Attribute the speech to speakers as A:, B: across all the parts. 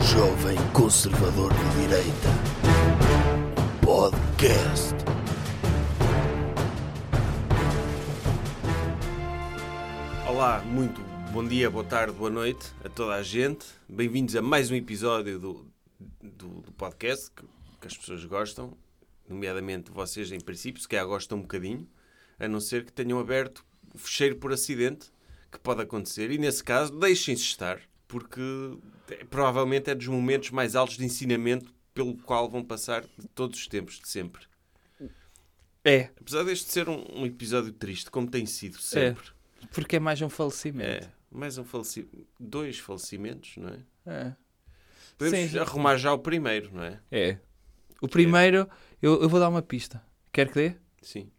A: jovem conservador de direita. Podcast.
B: Olá, muito bom dia, boa tarde, boa noite a toda a gente. Bem-vindos a mais um episódio do, do, do podcast que, que as pessoas gostam, nomeadamente vocês, em princípio, se calhar gostam um bocadinho, a não ser que tenham aberto o fecheiro por acidente, que pode acontecer, e nesse caso deixem-se estar, porque é- provavelmente é dos momentos mais altos de ensinamento pelo qual vão passar de todos os tempos, de sempre.
C: É,
B: Apesar deste ser um, um episódio triste, como tem sido sempre.
C: porque é mais um falecimento.
B: É, mais um falecimento. Dois falecimentos, não é?
C: É.
B: Podemos
C: Sim.
B: arrumar já o primeiro, não é?
C: É. O primeiro, Eu, eu vou dar uma pista. Quer que dê?
B: Sim.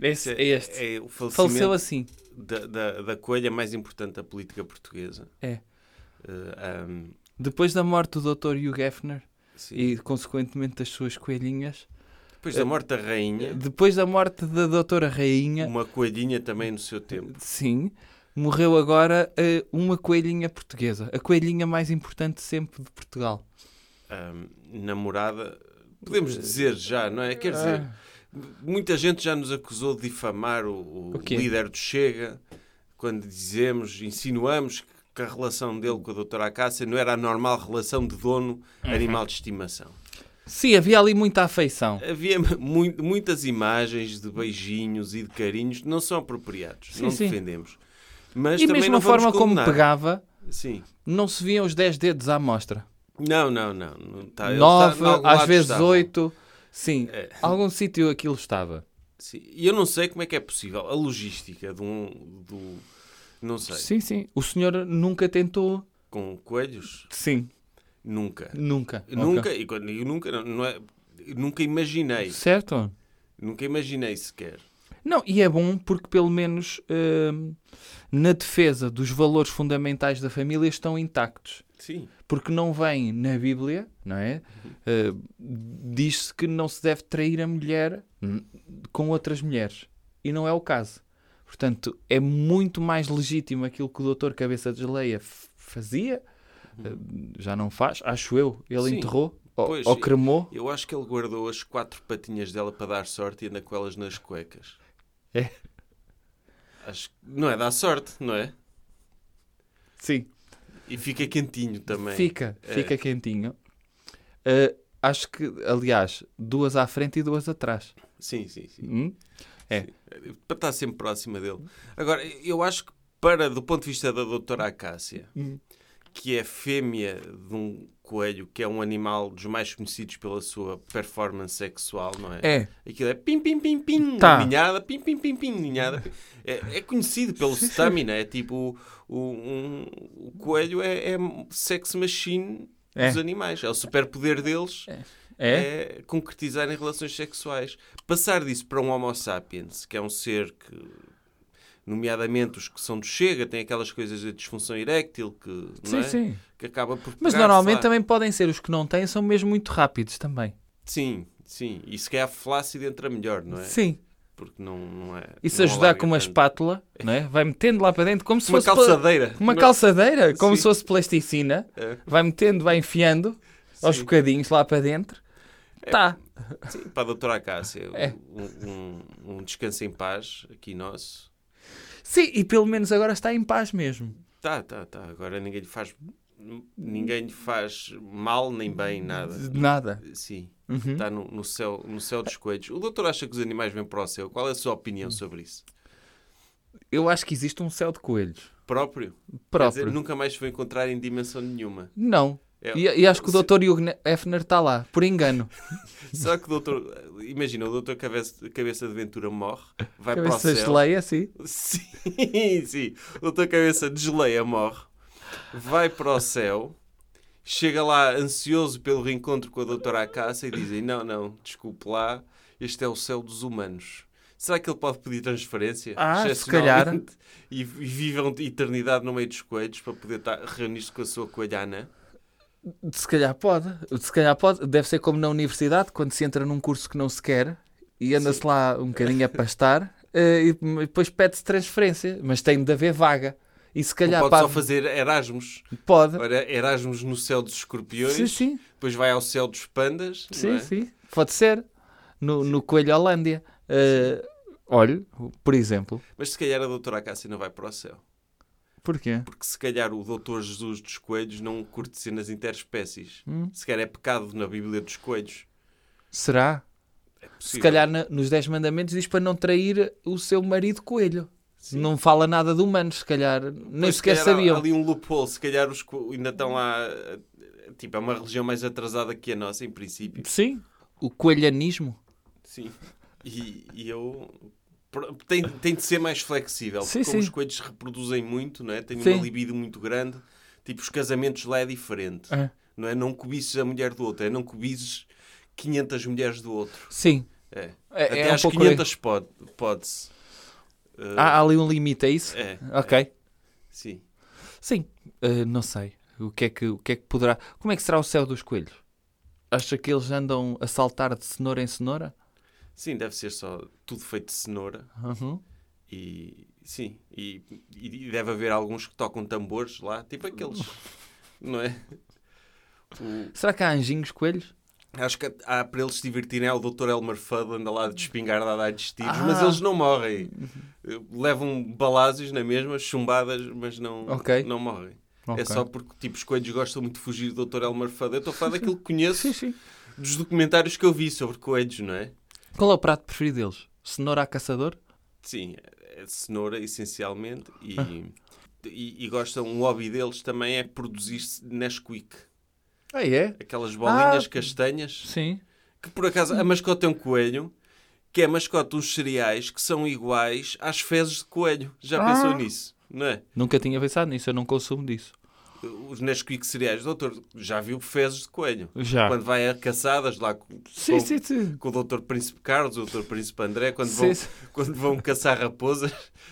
C: Esse, é este.
B: É o
C: Faleceu
B: falecimento
C: assim.
B: da, da, da coelha mais importante da política portuguesa.
C: É.
B: Eh, ahm,
C: Depois da morte do Dr. Hugh Hefner
B: sim.
C: e, consequentemente, das suas coelhinhas.
B: Depois da morte da rainha,
C: Depois da morte da Doutora Rainha,
B: uma coelhinha também no seu tempo.
C: sim, morreu agora eh, uma coelhinha portuguesa. A coelhinha mais importante sempre de Portugal.
B: Ahm, namorada, podemos dizer já, não é? Quer dizer, muita gente já nos acusou de difamar o, o
C: O quê?
B: líder do Chega quando dizemos, insinuamos que- que a relação dele com a doutora Acácia não era a normal relação de dono
C: Uhum.
B: animal de estimação.
C: Sim, havia ali muita afeição.
B: Havia mu- muitas imagens de beijinhos e de carinhos que não são apropriados,
C: Sim,
B: não
C: sim.
B: defendemos. Mas
C: e
B: também
C: mesmo
B: não
C: a forma
B: vamos
C: como
B: condenar.
C: pegava,
B: Sim.
C: não se viam os 10 dedos à mostra.
B: Não, não, não. não tá- ele
C: nove,
B: está- em algum
C: às
B: lado
C: vezes
B: estava.
C: oito. Sim,
B: É.
C: algum sítio aquilo estava.
B: Sim. E eu não sei como é que é possível a logística de um. Do, não sei.
C: Sim, sim. O senhor nunca tentou.
B: Com coelhos?
C: Sim,
B: Nunca.
C: nunca.
B: Nunca, e quando digo nunca, não, não é, nunca imaginei,
C: Ok. Certo?
B: nunca imaginei sequer.
C: Não, e é bom porque, pelo menos, hum, na defesa dos valores fundamentais da família estão intactos.
B: Sim,
C: Porque não vem na Bíblia, não é? Uh, Diz-se que não se deve trair a mulher hum, com outras mulheres. E não é o caso. Portanto, é muito mais legítimo aquilo que o doutor Cabeça de Leia f- fazia. Uh, já não faz, acho eu. Ele
B: Sim.
C: enterrou ou,
B: Pois,
C: ou
B: e-
C: cremou.
B: eu acho que ele guardou as quatro patinhas dela para dar sorte e anda com elas nas cuecas.
C: É.
B: Acho que não é dar sorte, não é?
C: Sim.
B: E fica quentinho também.
C: Fica,
B: É.
C: fica quentinho. Uh, acho que, aliás, duas à frente e duas atrás.
B: Sim, sim, sim.
C: Hum?
B: Para estar sempre próxima dele. Agora, eu acho que para, do ponto de vista da doutora Acácia,
C: Hum.
B: que é fêmea de um coelho, que é um animal dos mais conhecidos pela sua performance sexual, não é?
C: É.
B: Aquilo é pim, pim, pim, pim,
C: Tá.
B: ninhada, pim, pim, pim, pim, ninhada. É, é conhecido pelo stamina, é tipo, o, o- um- o coelho é, é sex machine
C: É.
B: dos animais. É o superpoder deles
C: É?
B: é concretizar em relações sexuais. Passar disso para um homo sapiens, que é um ser que, nomeadamente os que são do Chega, têm aquelas coisas de disfunção eréctil que, não
C: Sim,
B: é?
C: sim.
B: que acaba por
C: Mas
B: pegar,
C: normalmente
B: sei lá.
C: também podem ser os que não têm, são mesmo muito rápidos também.
B: Sim, sim. E se calhar flácido entra melhor, não é?
C: Sim.
B: Porque não, não é...
C: E se
B: não
C: ajudar
B: alarga
C: com uma
B: tanto.
C: espátula, não é? vai metendo lá para dentro, como se
B: Uma
C: fosse pla-
B: calçadeira.
C: uma calçadeira, como
B: Sim.
C: se fosse plasticina,
B: É.
C: vai metendo, vai enfiando aos
B: Sim. É.
C: bocadinhos lá para dentro. Tá.
B: Sim, para a doutora Acácia.
C: É.
B: Um, um- um descanso em paz aqui nosso.
C: Sim, e pelo menos agora está em paz mesmo.
B: Tá, tá, tá. Agora ninguém lhe faz... Ninguém lhe faz mal nem bem, nada.
C: De nada.
B: Sim.
C: Uhum.
B: Está no, no, céu, no céu dos coelhos. O doutor acha que os animais vêm para o céu. Qual é a sua
C: Hum.
B: opinião sobre isso?
C: Eu acho que existe um céu de coelhos.
B: Próprio? Quer
C: Próprio.
B: dizer, nunca mais se vai encontrar em dimensão nenhuma.
C: Não.
B: É-
C: E, e acho que o
B: se-
C: Dr. Hugh Hefner está lá, por engano.
B: Será que o doutor... Imagina, o doutor Cabeça, Cabeça de Ventura morre, vai para o
C: Cabeças de
B: céu...
C: leia, sim.
B: Sim, sim. O doutor Cabeça desleia, morre, vai para o céu, chega lá ansioso pelo reencontro com a doutora Acácia e dizem: Não, não, desculpe lá, este é o céu dos humanos. Será que ele pode pedir transferência?
C: Ah, se
B: Excepcionalmente, E, e vive a eternidade no meio dos coelhos para poder estar- reunir-se com a sua coelha Ana?
C: Se calhar pode, se calhar pode. Deve ser como na universidade, quando se entra num curso que não se quer e anda-se lá um bocadinho a pastar. eh, e depois pede-se transferência, mas tem de haver vaga. E se
B: Ele
C: calhar
B: pode
C: pá,
B: só fazer Erasmus.
C: pode.
B: Ora, Erasmus no céu dos escorpiões,
C: Sim, sim,
B: depois vai ao céu dos pandas. não
C: sim,
B: é?
C: sim. Pode ser. No, no Coelho Holândia. Eh, olhe, por exemplo,
B: Mas se calhar a doutora Acácia não vai para o céu.
C: porquê?
B: Porque se calhar o doutor Jesus dos Coelhos não curte cenas interespécies.
C: Hum?
B: Sequer é pecado na Bíblia dos Coelhos.
C: Será?
B: É
C: Se
B: possível.
C: calhar na- nos 10 mandamentos diz para não trair o seu marido coelho. Não fala nada de humanos, se calhar. Nem
B: Pois, se
C: sequer
B: calhar há
C: sabiam.
B: Ali um loophole, se calhar os co- ainda estão lá. eh, Tipo, é uma religião mais atrasada que a nossa, em princípio.
C: Sim. O coelhanismo.
B: Sim. E, e eu. pro- Tem, tem de ser mais flexível.
C: Sim,
B: porque como os
C: sim.
B: coelhos se reproduzem muito, não é? têm
C: Sim.
B: uma libido muito grande. Tipo, os casamentos lá é diferente.
C: É.
B: Não é? Não cobices a mulher do outro, é não cobices 500 mulheres do outro.
C: Sim.
B: É.
C: É-
B: Até
C: é um
B: às
C: pouco aí.
B: 500 pode, pode-se. Eh,
C: Há há ali um limite, é isso?
B: É,
C: Ok.
B: sim.
C: Sim. Uh, não sei. O que, é que, o que é que poderá. Como é que será o céu dos coelhos? Acha que eles andam a saltar de cenoura em cenoura?
B: Sim, deve ser só tudo feito de cenoura.
C: Uhum.
B: E sim, e, e deve haver alguns que tocam tambores lá, tipo aqueles, não é? O-
C: Será que há anjinhos coelhos?
B: acho que há para eles se divertirem. É o Dr. Elmer Fudd anda lá de espingarda a dar tiros,
C: Ah.
B: mas eles não morrem. Levam balazes na mesma, chumbadas, mas não,
C: Ok.
B: não morrem.
C: Ok.
B: É só porque tipo, os coelhos gostam muito de fugir do Dr. Elmer Fudd. Eu estou a falar daquilo que conheço
C: sim.
B: dos documentários que eu vi sobre coelhos, não é?
C: Qual é o prato preferido deles? Cenoura a caçador?
B: Sim, é cenoura essencialmente e,
C: Ah.
B: e, e gostam, um hobby deles também é produzir Nesquik.
C: Ah, é?
B: Aquelas bolinhas
C: Ah.
B: castanhas,
C: Sim.
B: que por acaso a mascote é um coelho, que é a mascote de uns cereais que são iguais às fezes de coelho. Já
C: Ah.
B: pensou nisso? Não é?
C: Nunca tinha pensado nisso, eu não consumo disso.
B: Os Nesquik cereais, doutor, já viu fezes de coelho?
C: Já.
B: Quando vai a caçadas lá com,
C: Sim,
B: com-
C: sim, sim.
B: com o doutor Príncipe Carlos, o doutor Príncipe André, quando,
C: Sim,
B: vão,
C: sim.
B: quando vão caçar raposas,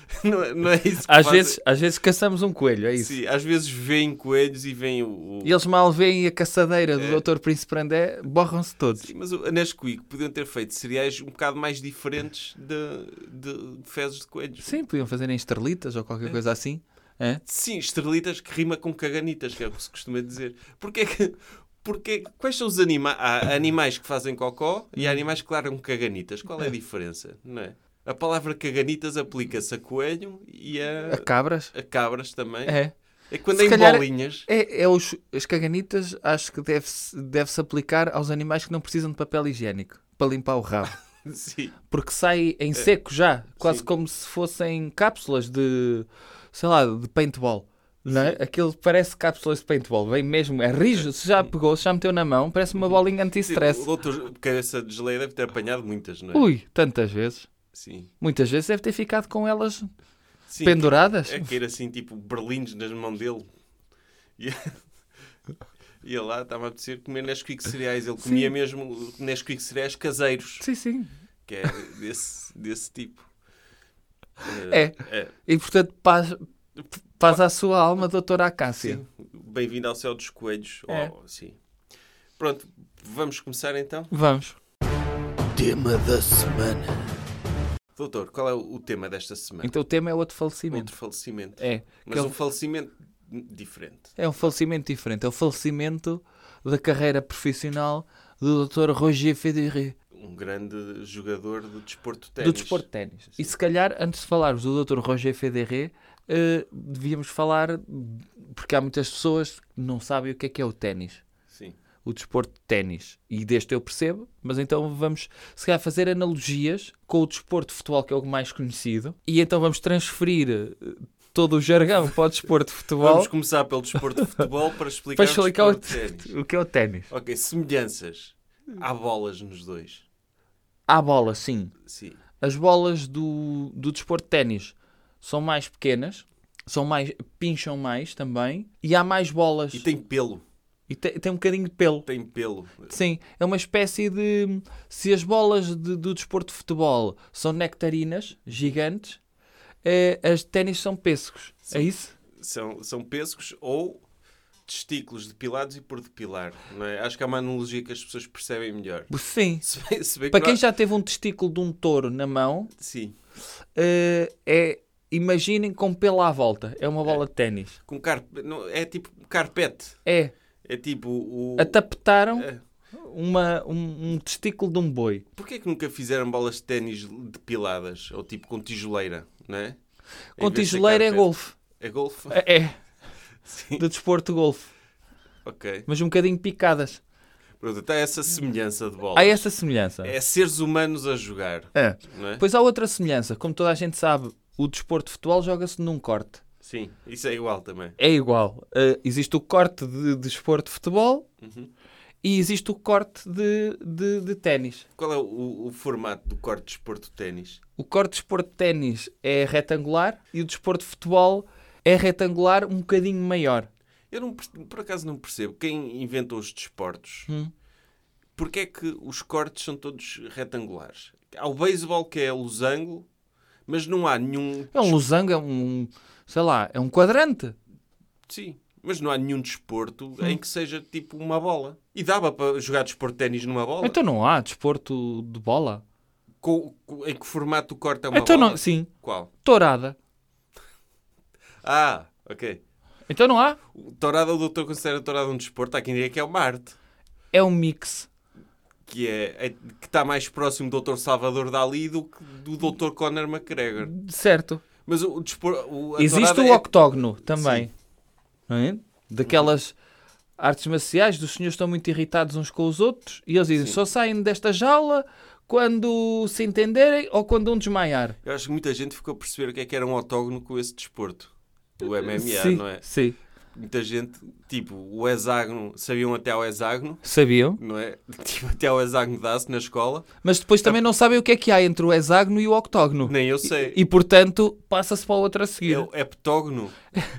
B: não é, não é isso que
C: Às
B: fazem?
C: vezes, às vezes caçamos um coelho, é isso.
B: Sim, às vezes veem coelhos e veem o. o-
C: E eles mal veem a caçadeira do Dr. Príncipe André, borram-se todos.
B: É. Sim, mas o- a Nesquik podiam ter feito cereais um bocado mais diferentes de, de, de fezes de coelhos.
C: Sim, podiam fazer em estrelitas ou qualquer coisa assim. É?
B: Sim, estrelitas que rima com caganitas, que é o que se costuma dizer. Porquê que. Porque, quais são os animais? Há animais que fazem cocó e há animais que largam caganitas. Qual é a diferença? Não é? A palavra caganitas aplica-se a coelho e
C: A
B: a,
C: cabras?
B: a cabras também. É,
C: É.
B: quando
C: Se
B: é em
C: calhar-
B: bolinhas.
C: É, é os, as caganitas acho que deve-se deve-se aplicar aos animais que não precisam de papel higiênico para limpar o rabo.
B: Sim.
C: Porque sai em seco já,
B: É.
C: quase
B: sim.
C: como se fossem cápsulas de, sei lá, de paintball. Não é? Aquilo parece cápsulas de paintball, vem mesmo, é rijo, se já pegou, se já meteu na mão, parece uma bolinha
B: O
C: anti-stress.
B: doutor Cabeça de Geleia deve ter apanhado muitas, não é?
C: Ui, tantas vezes.
B: Sim.
C: Muitas vezes deve ter ficado com elas
B: Sim,
C: penduradas.
B: a cair assim, tipo, berlindes nas mãos dele. E, e ele lá estava a apetecer comer Nesquik cereais. Ele comia mesmo Nesquik cereais caseiros,
C: Sim, sim.
B: que é desse, desse tipo. Eh,
C: É. E portanto, paz, paz à sua alma, doutora Acácia.
B: Sim. Bem-vindo ao céu dos coelhos.
C: É.
B: Oh, sim. Pronto, vamos começar então.
C: Vamos.
A: Tema da semana.
B: Doutor, qual é o tema desta semana?
C: Então o tema é outro falecimento.
B: Outro falecimento.
C: É.
B: Mas
C: que é
B: um
C: um-
B: falecimento diferente.
C: É um falecimento diferente. É o falecimento da carreira profissional do Dr. Roger Federer,
B: Um grande jogador do desporto ténis.
C: do desporto de ténis. E se calhar, antes de falarmos do Dr. Roger Federer, eh, devíamos falar, porque há muitas pessoas que não sabem o que é que é o ténis.
B: Sim.
C: o desporto de ténis. E deste eu percebo, mas então vamos, se calhar, fazer analogias com o desporto de futebol, que é o mais conhecido, e então vamos transferir eh, todo o jargão para o desporto de futebol
B: Vamos começar pelo desporto de futebol para explicar,
C: para explicar
B: o
C: o,
B: desporto de ténis.
C: o que é o ténis.
B: Ok, semelhanças. Há bolas nos dois.
C: Há bola, sim.
B: Sim.
C: As bolas do, do desporto de ténis são mais pequenas, são mais, pincham mais também, e há mais bolas.
B: E tem pelo.
C: E te- tem um bocadinho de pelo.
B: Tem pelo.
C: Sim, é uma espécie de. Se as bolas de- do desporto de futebol são nectarinas gigantes, eh, as de ténis são pêssegos. É isso?
B: São, são pescos ou testículos depilados e por depilar. Não é? Acho que há uma analogia que as pessoas percebem melhor.
C: Sim.
B: Se bem, se bem
C: Para
B: que
C: quem
B: nós-
C: já teve um testículo de um touro na mão,
B: Sim,
C: eh, é. Imaginem com pela à volta. É uma bola de ténis.
B: com car... não, é tipo carpete.
C: É.
B: É tipo o.
C: Atapetaram
B: É.
C: uma, um, um testículo de um boi.
B: Porquê que nunca fizeram bolas de ténis depiladas? Ou tipo com tijoleira, não é? Em
C: Com
B: vez de ser
C: tijoleiro é
B: carpete.
C: golfe.
B: É golfe?
C: É. é,
B: Sim.
C: De desporto golfe.
B: Ok.
C: Mas um bocadinho picadas.
B: Pronto, está essa semelhança de bola.
C: Há Ah, essa semelhança.
B: É seres humanos a jogar,
C: É.
B: não é?
C: Pois há outra semelhança. Como toda a gente sabe, o desporto de futebol joga-se num corte.
B: Sim, isso é igual também.
C: É igual. Uh, existe o corte de de desporto de, futebol
B: Uhum.
C: e existe o corte de, de, de ténis.
B: Qual é o, o formato do corte de esporte de ténis?
C: O corte de desporto de ténis é retangular e o desporto de futebol é retangular um bocadinho maior.
B: Eu não, per- por acaso não percebo quem inventou os desportos.
C: Hum.
B: Porque é que os cortes são todos retangulares? Há o beisebol que é losango, mas não há nenhum.
C: É um losango, é um. sei lá, é um quadrante.
B: Sim, mas não há nenhum desporto
C: Hum.
B: em que seja tipo uma bola. E dava para jogar desporto de ténis numa bola?
C: Então não há desporto de bola.
B: Com- com- em que formato o corte é uma
C: então
B: bola?
C: não. Sim,
B: Qual?
C: tourada.
B: Ah, ok.
C: Então não há.
B: O Tourada, o doutor considera a tourada um desporto. Há quem diga que é uma arte.
C: É um mix.
B: Que, é, é- que está mais próximo do doutor Salvador Dali do que do doutor Conor McGregor.
C: Certo.
B: Mas o, o desporto... O, a
C: Existe um
B: tourada
C: o
B: é-
C: octógono também. Não é? Daquelas artes marciais dos senhores estão muito irritados uns com os outros e eles dizem só saem desta jaula quando se entenderem ou quando um desmaiar.
B: Eu acho que muita gente ficou a perceber o que é que era um octógono com esse desporto. O MMA,
C: sim,
B: não é?
C: sim.
B: Muita gente, tipo, o hexágono, sabiam até ao hexágono,
C: Sabiam?
B: não é? Tipo, até ao hexágono dá-se na escola.
C: Mas depois também não sabem o que é que há entre o hexágono e o octógono.
B: Nem eu sei.
C: E portanto passa-se para o outro a seguir.
B: É o heptógono.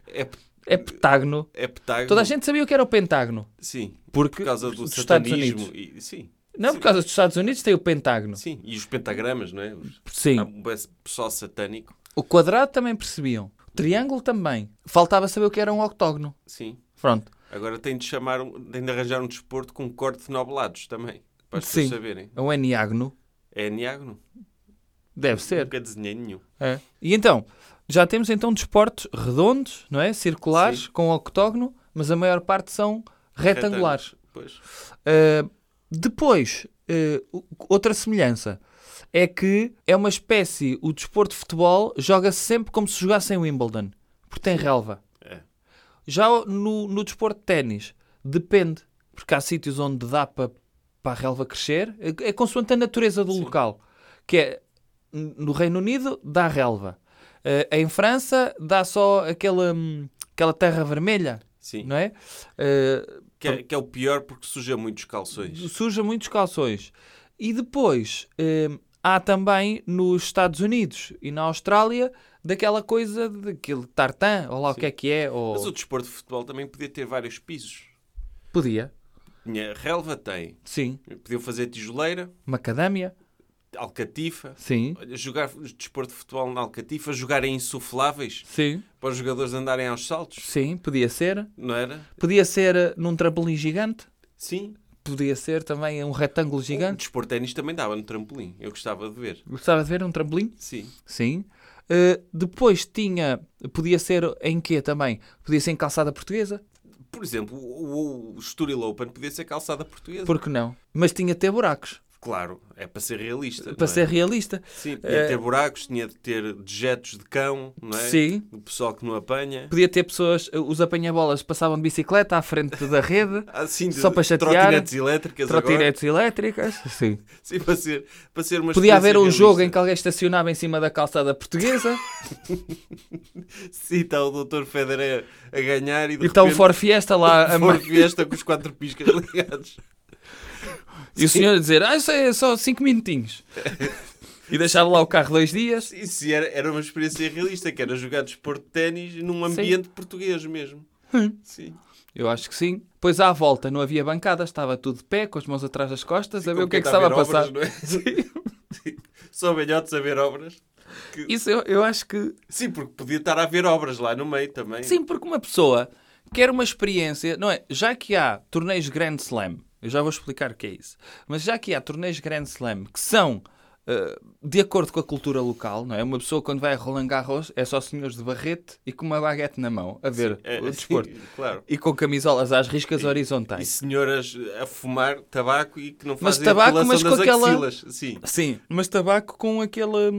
B: Hep,
C: É pentágono.
B: heptágono.
C: Toda a gente sabia o que era o pentágono.
B: Sim.
C: Porque
B: Por causa do
C: dos Estados
B: satanismo.
C: Unidos.
B: E, sim.
C: Não, por causa dos Estados Unidos tem o pentágono.
B: Sim, e os pentagramas, não é? Os-
C: Sim.
B: Há um pe- pessoal satânico.
C: O quadrado também percebiam. O triângulo também. Faltava saber o que era um octógono.
B: Sim.
C: Pronto.
B: Agora tem de chamar, um- tem de arranjar um desporto com corte de nobelados também. Para as pessoas
C: Sim.
B: saberem.
C: É um eniágono.
B: É aniágono.
C: Deve ser.
B: Nunca desenhei nenhum.
C: É. E então, já temos então desportos redondos, não é? Circulares, com octógono, mas a maior parte são retangulares.
B: Pois.
C: Uh, depois, uh, o- outra semelhança é que é uma espécie, o desporto de futebol joga-se sempre como se jogasse em Wimbledon, porque tem relva.
B: É.
C: Já o- no, no desporto de ténis, depende, porque há sítios onde dá para a relva crescer, é, é consoante a natureza do local, que é n- no Reino Unido dá relva. Uh, em França dá só aquela, hum, aquela terra vermelha,
B: Sim.
C: não é? Uh,
B: Que é, que é o pior porque suja muitos calções.
C: surgem muitos calções. E depois hum, há também nos Estados Unidos e na Austrália daquela coisa daquele tartan, ou lá o que é que é, ou
B: Mas o desporto de futebol também podia ter vários pisos.
C: podia,
B: Tinha relva, tem.
C: sim,
B: Podiam fazer tijoleira,
C: macadâmia,
B: alcatifa.
C: sim,
B: Olha, Jogar desporto de futebol na alcatifa, jogar em insufláveis
C: sim,
B: para os jogadores andarem aos saltos,
C: sim, podia ser,
B: não era?
C: podia ser eh, num trampolim gigante,
B: Sim.
C: podia ser também um retângulo
B: O
C: gigante.
B: desporto de ténis também dava no trampolim. Eu gostava de ver.
C: Gostava de ver um trampolim?
B: Sim.
C: Sim. Eh, depois tinha, podia ser em quê também? Podia ser em calçada portuguesa,
B: Por exemplo, o, o- o Estoril Open podia ser calçada portuguesa.
C: porque não? Mas tinha até buracos,
B: Claro, é para ser realista. não
C: para
B: é?
C: ser Eh, realista.
B: Sim, tinha de ter buracos, tinha de ter dejetos de cão, não é?
C: Sim.
B: O pessoal que não apanha.
C: Podia ter pessoas, os apanha-bolas passavam de bicicleta à frente da rede,
B: Assim, de
C: Só para chatear.
B: Trotinetes elétricas agora.
C: trotinetes elétricas. Sim.
B: Sim, para ser, para ser uma
C: Podia haver um
B: experiência
C: jogo em que
B: realista.
C: alguém estacionava em cima da calçada portuguesa
B: Sim, está o Dr. Federer a ganhar e de
C: e está um
B: repente
C: Ford Fiesta lá a
B: for
C: meio.
B: fiesta com os quatro piscas ligados.
C: e o senhor a dizer, ah, isso é só 5 minutinhos. e deixava lá o carro dois dias.
B: Isso era, era uma experiência realista, que era jogar desporto de ténis num ambiente português mesmo. Sim.
C: Eu acho que sim. Pois à volta não havia bancada, estava tudo de pé, com as mãos atrás das costas, a ver
B: Como
C: o que é que
B: quem está
C: estava a
B: ver
C: passar.
B: obras, não é? Sim. Só velhotes a ver obras. é?
C: Isso eu, eu acho que.
B: Sim, porque podia estar a ver obras lá no meio também.
C: Sim, porque uma pessoa Quer uma experiência, não é? Já que há torneios Grand Slam, eu já vou explicar o que é isso, mas já que há torneios Grand Slam que são eh, de acordo com a cultura local, não é? Uma pessoa quando vai a Roland Garros é só senhores de barrete e com uma baguete na mão a ver
B: É,
C: o
B: sim,
C: desporto.
B: claro.
C: E com camisolas às riscas
B: E
C: horizontais.
B: senhoras a fumar tabaco e que não
C: Mas
B: fazem
C: tabaco,
B: a
C: mas
B: depilação
C: com
B: das
C: aquela-
B: axilas. Sim.
C: Sim, mas tabaco com aquela,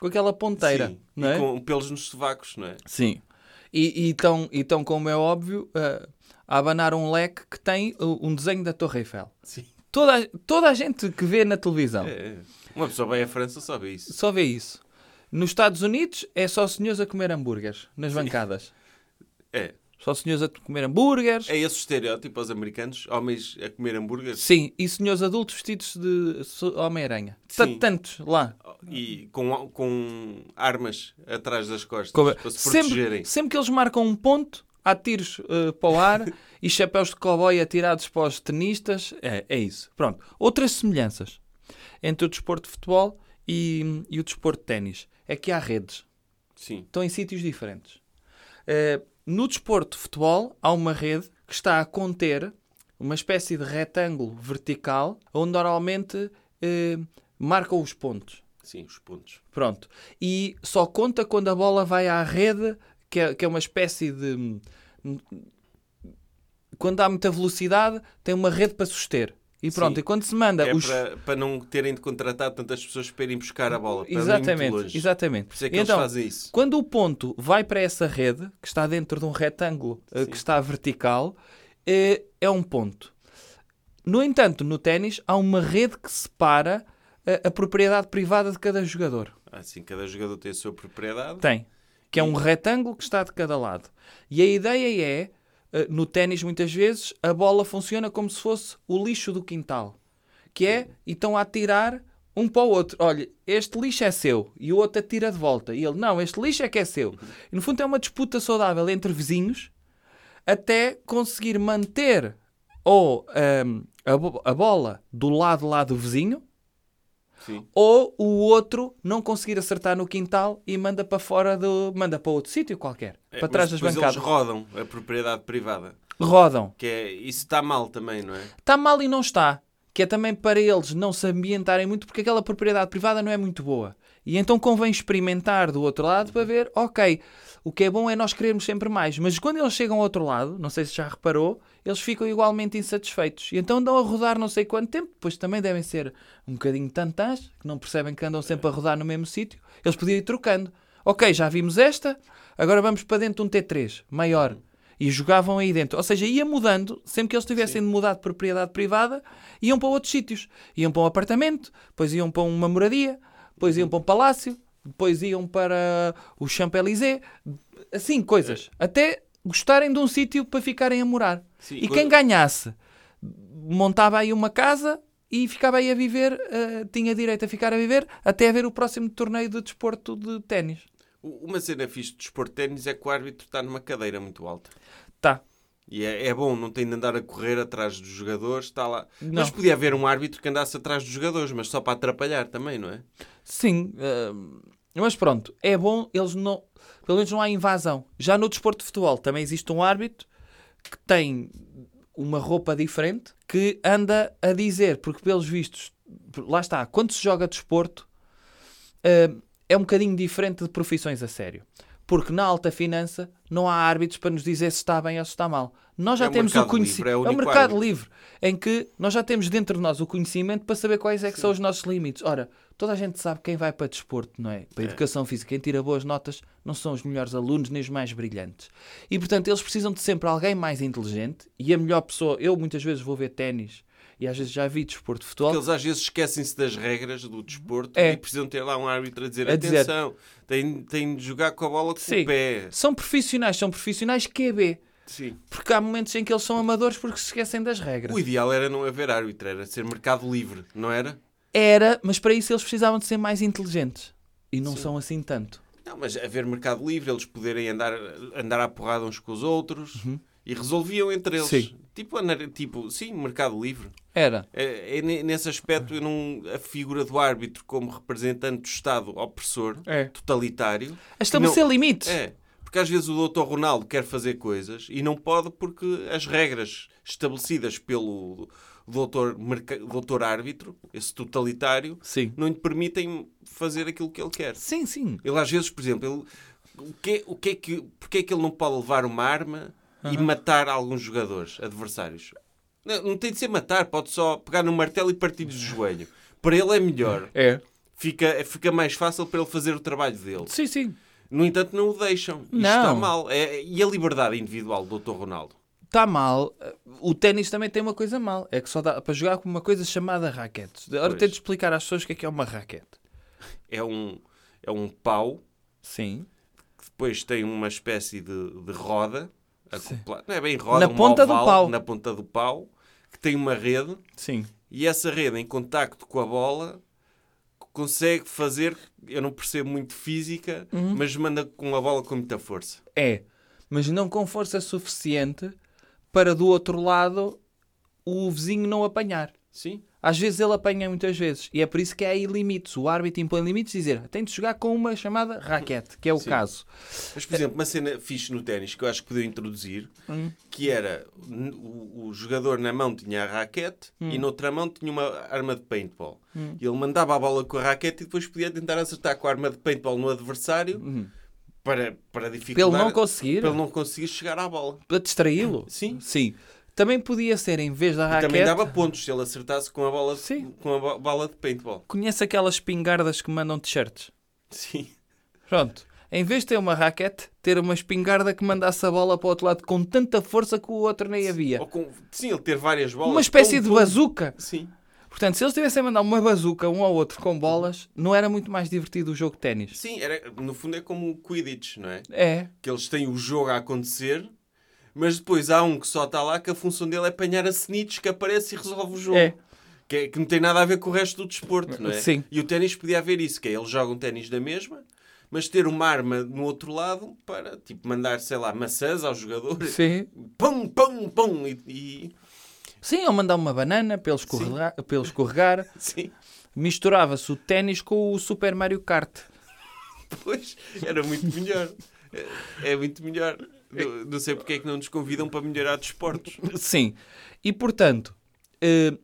C: com aquela ponteira,
B: Sim.
C: não
B: E
C: é?
B: com pelos nos sovacos, não é?
C: Sim. E e estão, e estão, como é óbvio, eh, a abanar um leque que tem uh, um desenho da Torre Eiffel.
B: Sim.
C: Toda a, toda a gente que vê na televisão
B: É. Uma pessoa vai à França só vê isso.
C: só vê isso. Nos Estados Unidos é só senhores a comer hambúrgueres nas bancadas.
B: É.
C: Só senhores a comer hambúrgueres.
B: É esse o estereótipo aos americanos, homens a comer hambúrgueres
C: Sim, e senhores adultos vestidos de so- Homem-Aranha. Ta-
B: Sim.
C: Tantos lá.
B: e com, com armas atrás das costas
C: Como-
B: para se protegerem.
C: Sempre, sempre que eles marcam um ponto, há tiros eh, para o ar e chapéus de cowboy atirados para os tenistas. É, é isso. Pronto. Outras semelhanças entre o desporto de futebol e, e o desporto de ténis é que há redes.
B: Sim.
C: Estão em sítios diferentes. Eh, no desporto de futebol, há uma rede que está a conter uma espécie de retângulo vertical onde normalmente eh, marcam os pontos.
B: Sim, os pontos.
C: Pronto. E só conta quando a bola vai à rede, que é, que é uma espécie de. Quando há muita velocidade, tem uma rede para suster. E pronto,
B: Sim.
C: e quando se manda
B: É
C: os.
B: para, para não terem de contratar tantas pessoas para irem buscar a bola. Para Não ir muito
C: Exatamente,
B: longe.
C: exatamente.
B: Por isso é que
C: então,
B: eles fazem isso.
C: quando o ponto vai para essa rede, que está dentro de um retângulo eh, que está vertical, eh, é um ponto. No entanto, no ténis, há uma rede que separa eh, a propriedade privada de cada jogador.
B: Assim, cada jogador tem a sua propriedade.
C: Tem. Que é um retângulo que está de cada lado. E a ideia é, eh, no ténis muitas vezes, a bola funciona como se fosse o lixo do quintal. Que é, e estão a tirar um para o outro. Olha, este lixo é seu. E o outro atira de volta. E ele, não, este lixo é que é seu. E no fundo é uma disputa saudável entre vizinhos até conseguir manter ou ehm, a, bo- a bola do lado lá do vizinho
B: Sim.
C: ou o outro não conseguir acertar no quintal e manda para fora do. manda para outro sítio qualquer,
B: É,
C: para trás
B: mas depois
C: das bancadas.
B: Eles rodam a propriedade privada.
C: Rodam.
B: Que é, isso está mal também, não é?
C: Está Tá mal e não está. Que é também para eles não se ambientarem muito, porque aquela propriedade privada não é muito boa. E então convém experimentar do outro lado para ver, ok, o que é bom é nós querermos sempre mais. Mas quando eles chegam ao outro lado, não sei se já reparou, eles ficam igualmente insatisfeitos. E então andam a rodar não sei quanto tempo, depois também devem ser um bocadinho tantãs, que não percebem que andam sempre a rodar no mesmo sítio. Eles podiam ir trocando. Ok, já vimos esta, agora vamos para dentro de um T3, maior. E jogavam aí dentro. Ou seja, ia mudando, sempre que eles tivessem de mudar de propriedade privada, iam para outros sítios. Iam para um apartamento, depois iam para uma moradia, depois iam para um palácio, depois iam para o Champs-Élysées, assim, coisas. Até gostarem de um sítio para ficarem a morar.
B: Sim,
C: e
B: quando-
C: quem ganhasse montava aí uma casa e ficava aí a viver, eh, tinha direito a ficar a viver até haver o próximo torneio de desporto de ténis.
B: U- Uma cena fixe de desporto de ténis é que o árbitro está numa cadeira muito alta.
C: Tá.
B: E é, é bom, não tem de andar a correr atrás dos jogadores, está lá.
C: Não.
B: Mas podia haver um árbitro que andasse atrás dos jogadores, mas só para atrapalhar também, não é?
C: Sim, eh, mas pronto, é bom, eles não. Pelo menos não há invasão. Já no desporto de futebol também existe um árbitro que tem uma roupa diferente que anda a dizer, porque pelos vistos, lá está, quando se joga desporto, eh, é um bocadinho diferente de profissões a sério. Porque na alta finança não há árbitros para nos dizer se está bem ou se está mal. Nós já
B: É o
C: temos o
B: mercado
C: conhecimento.
B: livre, é o
C: é o
B: único
C: mercado
B: árbitro.
C: livre, em que nós já temos dentro de nós o conhecimento para saber quais é que são os nossos limites. Ora, toda a gente sabe quem vai para desporto, não é? Para a educação física, quem tira boas notas não são os melhores alunos nem os mais brilhantes. E portanto, eles precisam de sempre alguém mais inteligente e a melhor pessoa. Eu muitas vezes vou ver ténis e às vezes já vi desporto de futebol.
B: Porque eles às vezes esquecem-se das regras do desporto
C: É.
B: e precisam ter lá um árbitro a dizer:
C: A dizer-
B: atenção, tem, tem de jogar com a bola com
C: Sim.
B: o pé.
C: São profissionais, são profissionais QB.
B: Sim.
C: Porque há momentos em que eles são amadores porque se esquecem das regras.
B: O ideal era não haver árbitro, era ser mercado livre, não era?
C: Era, mas para isso eles precisavam de ser mais inteligentes. E não são assim tanto.
B: Não, mas haver mercado livre, eles poderem andar, andar à porrada uns com os outros e resolviam entre eles.
C: Uhum. Sim.
B: Tipo, anar- tipo, sim, mercado livre.
C: Era.
B: É, é ne- nesse aspecto, eu não, a figura do árbitro como representante do Estado opressor,
C: É.
B: totalitário.
C: A estabelecer
B: não-
C: limites.
B: É, Porque às vezes o doutor Ronaldo quer fazer coisas e não pode porque as regras estabelecidas pelo doutor, merca- doutor árbitro, esse totalitário,
C: Sim.
B: não lhe permitem fazer aquilo que ele quer.
C: Sim, sim.
B: Ele às vezes, por exemplo, ele, o que, o que é que, porque é que ele não pode levar uma arma e matar alguns jogadores adversários? Não, não tem de ser matar, pode só pegar no martelo e partir-lhes o joelho. Para ele é melhor.
C: É.
B: Fica, fica mais fácil para ele fazer o trabalho dele.
C: Sim, sim.
B: No entanto, não o deixam. Isto
C: Não.
B: está mal. É- e a liberdade individual do Dr. Ronaldo?
C: Está Tá mal. O ténis também tem uma coisa mal. É que só dá para jogar com uma coisa chamada raquete. Agora
B: Pois.
C: tenho de explicar às pessoas o que é que é uma raquete.
B: É um, é um pau
C: Sim.
B: que depois tem uma espécie de, de roda. acoplada- Não é bem roda,
C: Na
B: um
C: ponta do
B: oval,
C: pau.
B: Na ponta do pau. Que tem uma rede.
C: Sim.
B: E essa rede em contacto com a bola consegue fazer... Eu não percebo muito física,
C: Uhum.
B: mas manda com a bola com muita força.
C: É. Mas não com força suficiente para do outro lado o vizinho não apanhar.
B: Sim.
C: Às vezes ele apanha muitas vezes. E é por isso que há aí limites. O árbitro impõe limites e dizer tem de jogar com uma chamada raquete, que é o caso.
B: Mas, por exemplo, uma cena fixe no ténis que eu acho que podia introduzir,
C: Hum.
B: que era n- o, o jogador na mão tinha a raquete e
C: Hum.
B: noutra mão tinha uma arma de paintball. E ele mandava a bola com a raquete e depois podia tentar acertar com a arma de paintball no adversário para, para dificultar...
C: Hum. Pelo não conseguir.
B: Para ele não conseguir chegar à bola.
C: Para distraí-lo.
B: Sim.
C: Sim. Também podia ser, em vez da raquete...
B: Também dava pontos se ele acertasse com a bola,
C: Sim.
B: com a bo- bola de paintball.
C: Conhece aquelas espingardas que mandam t-shirts?
B: Sim.
C: Pronto. Em vez de ter uma raquete, ter uma espingarda que mandasse a bola para o outro lado com tanta força que o outro nem havia.
B: Ou com- sim, ele ter várias bolas.
C: Uma espécie
B: Pum,
C: de
B: pum.
C: bazuca.
B: Sim.
C: Portanto, se eles tivessem mandado uma bazuca um ao outro com bolas, não era muito mais divertido o jogo de ténis?
B: Sim, era, no fundo é como o Quidditch, não é?
C: É.
B: que eles têm o jogo a acontecer, mas depois há um que só está lá que a função dele é apanhar a Snitch que aparece e resolve o jogo.
C: É.
B: Que, é- que não tem nada a ver com o resto do desporto, não é?
C: Sim.
B: E o ténis podia haver isso, que é, eles jogam ténis da mesma, mas ter uma arma no outro lado para, tipo, mandar, sei lá, maçãs aos jogadores.
C: Sim.
B: Pum, pum, pum! E, e-
C: Sim, ou mandar uma banana para ele escorregar. Para ele escorregar.
B: sim,
C: Misturava-se o ténis com o Super Mario Kart.
B: pois, era muito melhor. É, é muito melhor. Não, não sei porque é que não nos convidam para melhorar desportos.
C: Sim. E portanto, eh,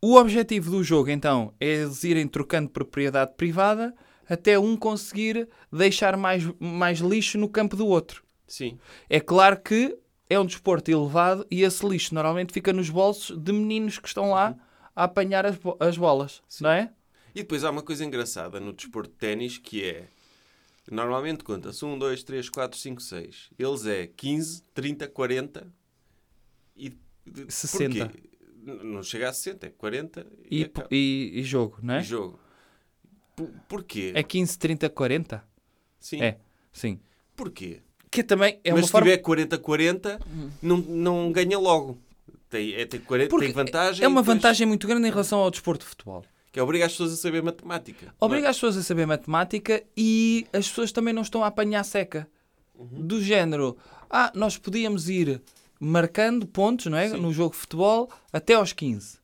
C: o objetivo do jogo então é eles irem trocando propriedade privada até um conseguir deixar mais, mais lixo no campo do outro.
B: Sim.
C: É claro que é um desporto elevado e esse lixo normalmente fica nos bolsos de meninos que estão lá a apanhar as, bo- as bolas, não é?
B: E depois há uma coisa engraçada no desporto de ténis que é. Normalmente conta-se 1, 2, 3, 4, 5, 6. Eles é 15, 30, 40 e. de-
C: 60.
B: porquê? N- Não chega a 60, é 40
C: E,
B: acaba.
C: e- e jogo, não
B: E
C: é?
B: jogo. Por- Porquê?
C: É 15, 30, 40?
B: Sim.
C: É, sim.
B: Porquê?
C: Que também é
B: Mas
C: uma
B: se
C: forma...
B: tiver 40, 40, não, não ganha logo. Tem, é, tem, 40,
C: Porque
B: tem vantagem.
C: é uma
B: e depois-
C: vantagem muito grande em relação ao desporto de futebol.
B: Que obriga as pessoas a saber matemática. não é?
C: Obriga as pessoas a saber matemática e as pessoas também não estão a apanhar seca. Do género, ah, nós podíamos ir marcando pontos não é? no jogo de futebol até aos 15.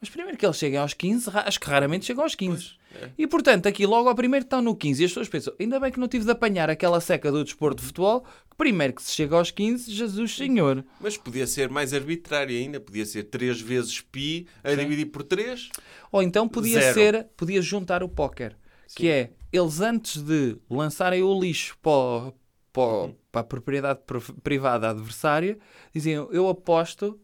C: Mas primeiro que eles cheguem aos 15, ra- acho que raramente chegam aos 15. E portanto, aqui logo ao primeiro estão no 15 e as pessoas pensam, ainda bem que não tive de apanhar aquela seca do desporto de futebol, que primeiro que se chega aos 15, Jesus Senhor.
B: Mas podia ser mais arbitrário ainda, podia ser 3 vezes pi a dividir por 3.
C: Ou então podia
B: Zero.
C: ser, podia juntar o póquer, que é eles antes de lançarem o lixo para, o- para, o- para a propriedade pri- privada adversária, diziam eu aposto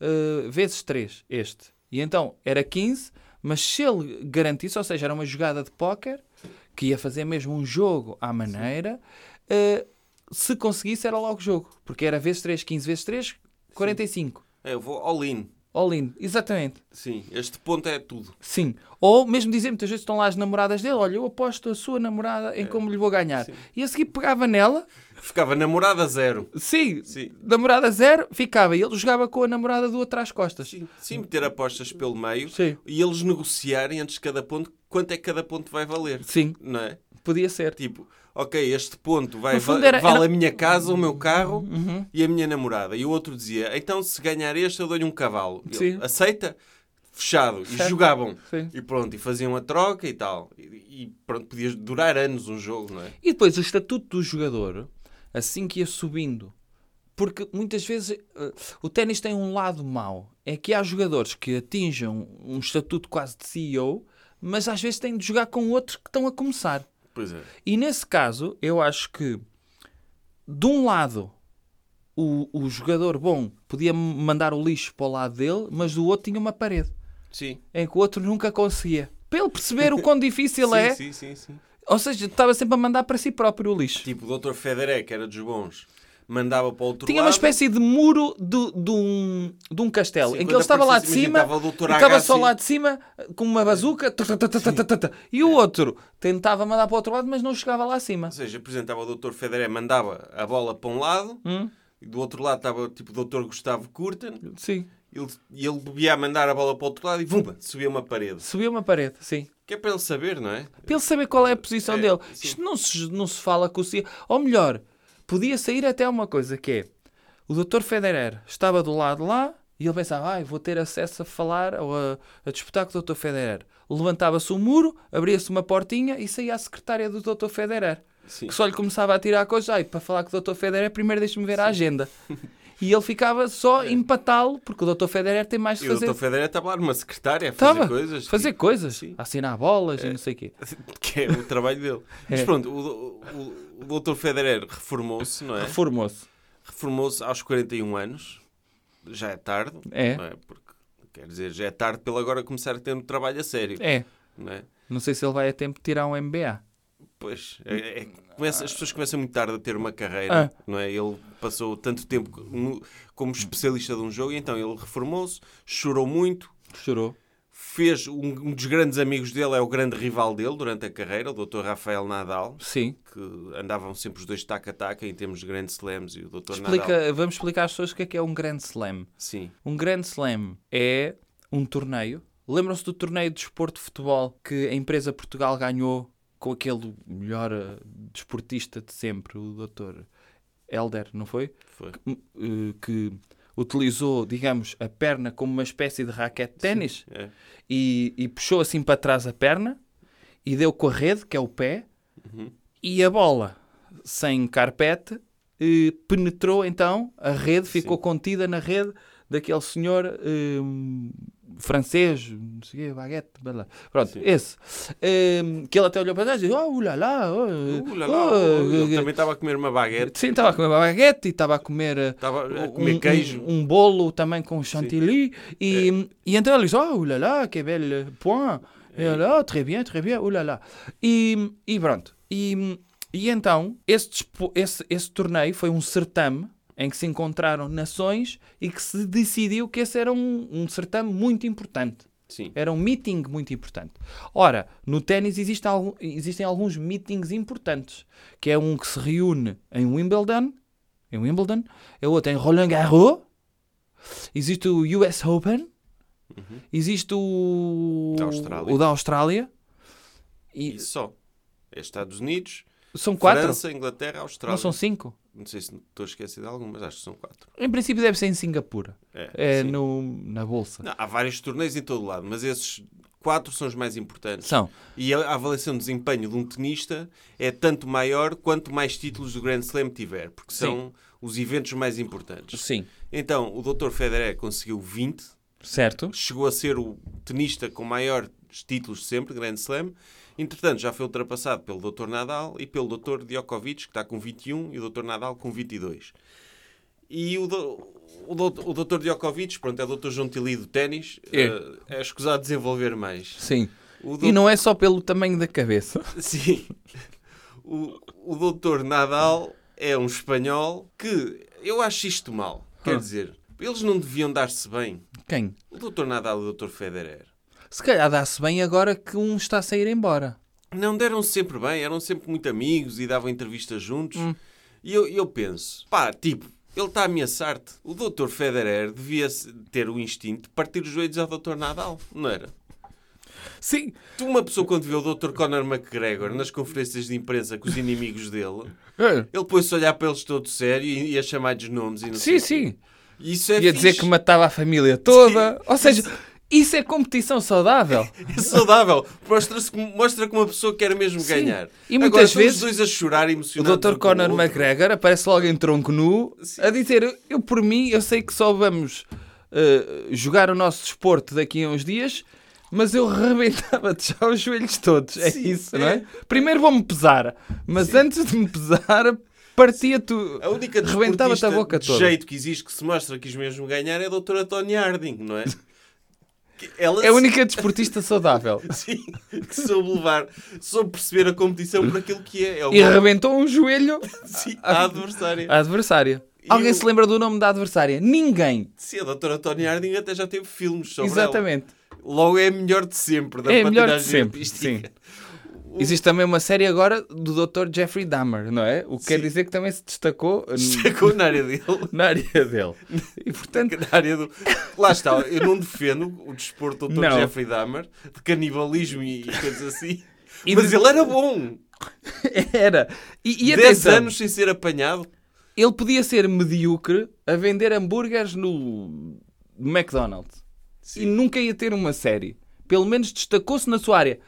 C: eh, vezes 3 este. E então era 15, mas se ele garantisse, ou seja, era uma jogada de póquer que ia fazer mesmo um jogo à maneira, eh, se conseguisse era logo jogo, porque era vezes 3, 15 vezes 3, 45.
B: É, eu vou all in.
C: All in, exatamente.
B: Sim, este ponto é tudo.
C: Sim. Ou mesmo dizer, muitas vezes estão lá as namoradas dele, olha, eu aposto a sua namorada
B: É.
C: em como lhe vou ganhar. E a seguir pegava nela,
B: Ficava namorada zero.
C: sim,
B: Sim.
C: namorada zero, ficava. E ele jogava com a namorada do outro às costas.
B: Sim, sim meter apostas pelo meio
C: Sim.
B: e eles negociarem antes de cada ponto quanto é que cada ponto vai valer.
C: Sim,
B: Não é?
C: podia ser.
B: Tipo, ok, este ponto vai
C: No fundo
B: va-
C: era-
B: vale
C: era- Uhum.
B: a minha casa, o meu carro e a minha namorada. E o outro dizia, então se ganhar este eu dou-lhe um cavalo. E ele,
C: Sim.
B: Aceita? Fechado. E
C: Certo.
B: jogavam.
C: Sim.
B: E pronto, e faziam a troca e tal. E, e pronto, podia durar anos um jogo, não é?
C: E depois o estatuto do jogador assim que ia subindo. Porque muitas vezes eh, o ténis tem um lado mau. É que há jogadores que atinjam um estatuto quase de CEO, mas às vezes têm de jogar com outros que estão a começar.
B: Pois é.
C: E nesse caso, eu acho que, de um lado, o, o jogador bom podia mandar o lixo para o lado dele, mas do outro tinha uma parede
B: Sim.
C: em que o outro nunca conseguia. Para ele perceber o quão difícil
B: sim,
C: é,
B: sim, sim, sim.
C: ou seja, estava sempre a mandar para si próprio o lixo.
B: Tipo, o Dr. Federer, que era dos bons, mandava para o outro
C: Tinha
B: lado.
C: uma espécie de muro de, de um, de um castelo,
B: Sim,
C: em que
B: quando
C: ele estava lá de
B: aparecia,
C: cima,
B: imagina, estava o assim. Dr.
C: e estava
B: Agassi.
C: só lá de cima, com uma bazuca, ta, ta, ta, ta, ta, ta, ta, ta. e
B: É.
C: o outro tentava mandar para o outro lado, mas não chegava lá acima.
B: Ou seja, apresentava o Dr. Federer, mandava a bola para um lado,
C: Hum.
B: e do outro lado estava tipo o Dr. Gustavo Curten,
C: Sim,
B: ele, e ele devia mandar a bola para o outro lado e vumba, subia uma parede.
C: subia uma parede, sim.
B: Que é para ele saber, não é?
C: Para ele saber qual é a posição
B: É,
C: dele.
B: sim.
C: Isto não se, não se fala com o CIA. Ou melhor, podia sair até uma coisa que é o Dr. Federer estava do lado lá e ele pensava, ai, vou ter acesso a falar ou a, a disputar com o Dr. Federer. Levantava-se um muro, abria-se uma portinha e saía a secretária do Dr. Federer.
B: Sim.
C: Que só lhe começava a tirar coisas. Ai, para falar com o Dr. Federer, primeiro deixa-me ver a agenda. E ele ficava só a empatá-lo, porque o Dr. Federer tem mais de
B: É. E o
C: fazer.
B: Dr. Federer estava lá numa secretária a fazer
C: Estava
B: coisas.
C: fazer
B: tipo,
C: coisas,
B: Sim.
C: a assinar bolas e não sei o quê.
B: Que é o trabalho dele.
C: É.
B: Mas pronto, o, o, o Dr. Federer reformou-se, não é?
C: Reformou-se.
B: Reformou-se aos 41 anos. Já é tarde.
C: É.
B: Não é? Porque, quer dizer, já é tarde pelo agora começar a ter um trabalho a sério.
C: É.
B: Não é?
C: Não sei se ele vai a tempo de tirar um MBA.
B: Pois, é- é- começa- as pessoas começam muito tarde a ter uma carreira,
C: Ah.
B: não é? Ele passou tanto tempo no- como especialista de um jogo, e então ele reformou-se, chorou muito,
C: Chorou.
B: fez um, um dos grandes amigos dele, é o grande rival dele durante a carreira, o Dr. Rafael Nadal,
C: Sim.
B: que andavam sempre os dois taca-taca em termos de Grand Slams, e o Dr. Nadal...
C: Explica, vamos explicar às pessoas o que é que é um Grand Slam.
B: Sim,
C: Um Grand Slam é um torneio. Lembram-se do torneio de desporto de futebol que a empresa Portugal ganhou com aquele melhor eh, desportista de sempre, o Dr. Elder, não foi?
B: foi.
C: Eh, Que utilizou, digamos, a perna como uma espécie de raquete de ténis.
B: É.
C: e, e puxou assim para trás a perna e deu com a rede, que é o pé, e a bola, sem carpete, eh, penetrou então a rede, ficou contida na rede daquele senhor hum, francês, não sei o quê, baguete, blá, blá. pronto, esse. Hum, que ele até olhou para trás e disse, oh, ulala, oh,
B: Uh, lá, lá,
C: oh,
B: ele também estava a comer uma baguete,
C: Sim, estava a comer baguete e estava a comer, eh,
B: estava a
C: um,
B: comer queijo. É.
C: um- um bolo também com chantilly. E, e então ele diz: Oh là là, que bel point! E ele, oh, très bien, très bien, oh là là. E, e pronto. E, e então, esse, dispo- esse, esse torneio foi um certame em que se encontraram nações e que se decidiu que esse era um, um certame muito importante.
B: Sim,
C: Era um meeting muito importante. Ora, no ténis existe algum- existem alguns meetings importantes, que é um que se reúne em Wimbledon, em Wimbledon, é outro em Roland Garros, existe o US Open, existe o
B: Uhum. Da Austrália.
C: o da Austrália, e
B: e só. É Estados Unidos,
C: são Um quatro,
B: França, Inglaterra, Austrália.
C: não são cinco.
B: Não sei se estou a esquecer de algum, mas acho que são quatro.
C: Em princípio deve ser em Singapura,
B: É,
C: é
B: sim.
C: no, na bolsa.
B: Não, há vários torneios em todo lado, mas esses quatro são os mais importantes.
C: São.
B: E a a avaliação de desempenho de um tenista é tanto maior quanto mais títulos do Grand Slam tiver, porque são os eventos mais importantes.
C: Sim.
B: Então, o Dr. Federer conseguiu 20,
C: Certo?
B: chegou a ser o tenista com maiores títulos de sempre, Grand Slam. Entretanto, já foi ultrapassado pelo Dr. Nadal e pelo Dr. Djokovic, que está com 21, e o Dr. Nadal com 22. E o, do, o, do, o Dr. Djokovic, pronto, é o Dr. João Tili do ténis,
C: É.
B: eh, é escusado desenvolver mais.
C: Sim.
B: O
C: E não é só pelo tamanho da cabeça.
B: Sim. O, o doutor Nadal é um espanhol que eu acho isto mal.
C: Ah.
B: Quer dizer, eles não deviam dar-se bem.
C: Quem?
B: O doutor Nadal e o doutor Federer.
C: Se calhar dá-se bem agora que um está a sair embora.
B: Não deram -se sempre bem, eram sempre muito amigos e davam entrevistas juntos.
C: Hum.
B: E eu, eu penso, pá, tipo, ele está a ameaçar-te. O doutor Federer devia se- ter o instinto de partir os joelhos ao doutor Nadal, não era?
C: Sim.
B: Tu, uma pessoa, quando vê o Dr. Conor McGregor nas conferências de imprensa com os inimigos dele, Ele pôs-se a olhar para eles todo sério e e a chamar-lhes nomes e não sei
C: Sim,
B: o quê.
C: sim.
B: E Isso é
C: Ia
B: fixe.
C: dizer que matava a família toda. Ou seja, Isso é competição saudável.
B: É saudável. Mostra-se que- mostra que uma pessoa quer mesmo
C: Sim.
B: ganhar.
C: E muitas
B: Agora, estão
C: vezes
B: os dois a chorar
C: O
B: emocionados.
C: Dr.
B: um com o
C: Conor
B: outro.
C: McGregor aparece logo em tronco nu
B: Sim.
C: a dizer: "Eu- Eu, por mim, eu sei que só vamos eh, jogar o nosso desporto daqui a uns dias, mas eu rebentava-te já os joelhos todos. É
B: Sim,
C: isso,
B: é.
C: não é? Primeiro vou-me pesar, mas antes de me pesar, partia-te.
B: A única
C: Rebentava-te
B: desportista
C: a boca
B: de
C: toda.
B: jeito que existe que se mostra que quis mesmo ganhar é a doutora Tony Harding, não é? Que Ela
C: É a única desportista saudável.
B: sim, que soube levar, soube perceber a competição por aquilo que é. É
C: E Ah,
B: uma
C: rebentou um joelho
B: sim, a adversária.
C: à adversária.
B: E
C: Alguém
B: o-
C: se lembra do nome da adversária? Ninguém.
B: Sim, a doutora Tony Harding até já teve filmes sobre
C: Exatamente.
B: ela. Logo é a melhor de sempre. Da
C: É a melhor de
B: patinagem
C: sempre. Sim.
B: artística.
C: Existe também uma série agora do Dr. Jeffrey Dahmer, não é? O que quer
B: Sim.
C: dizer que também se destacou n-
B: Sacou na área dele.
C: na área dele. E portanto,
B: Na área do... Lá está, eu não defendo o desporto do Dr.
C: Não.
B: Jeffrey Dahmer, de canibalismo e coisas assim.
C: E
B: Mas
C: de-
B: ele era bom.
C: era. E, e
B: 10
C: atenção,
B: anos sem ser apanhado.
C: ele podia ser medíocre a vender hambúrgueres no McDonald's e nunca ia ter uma série. Pelo menos destacou-se na sua área.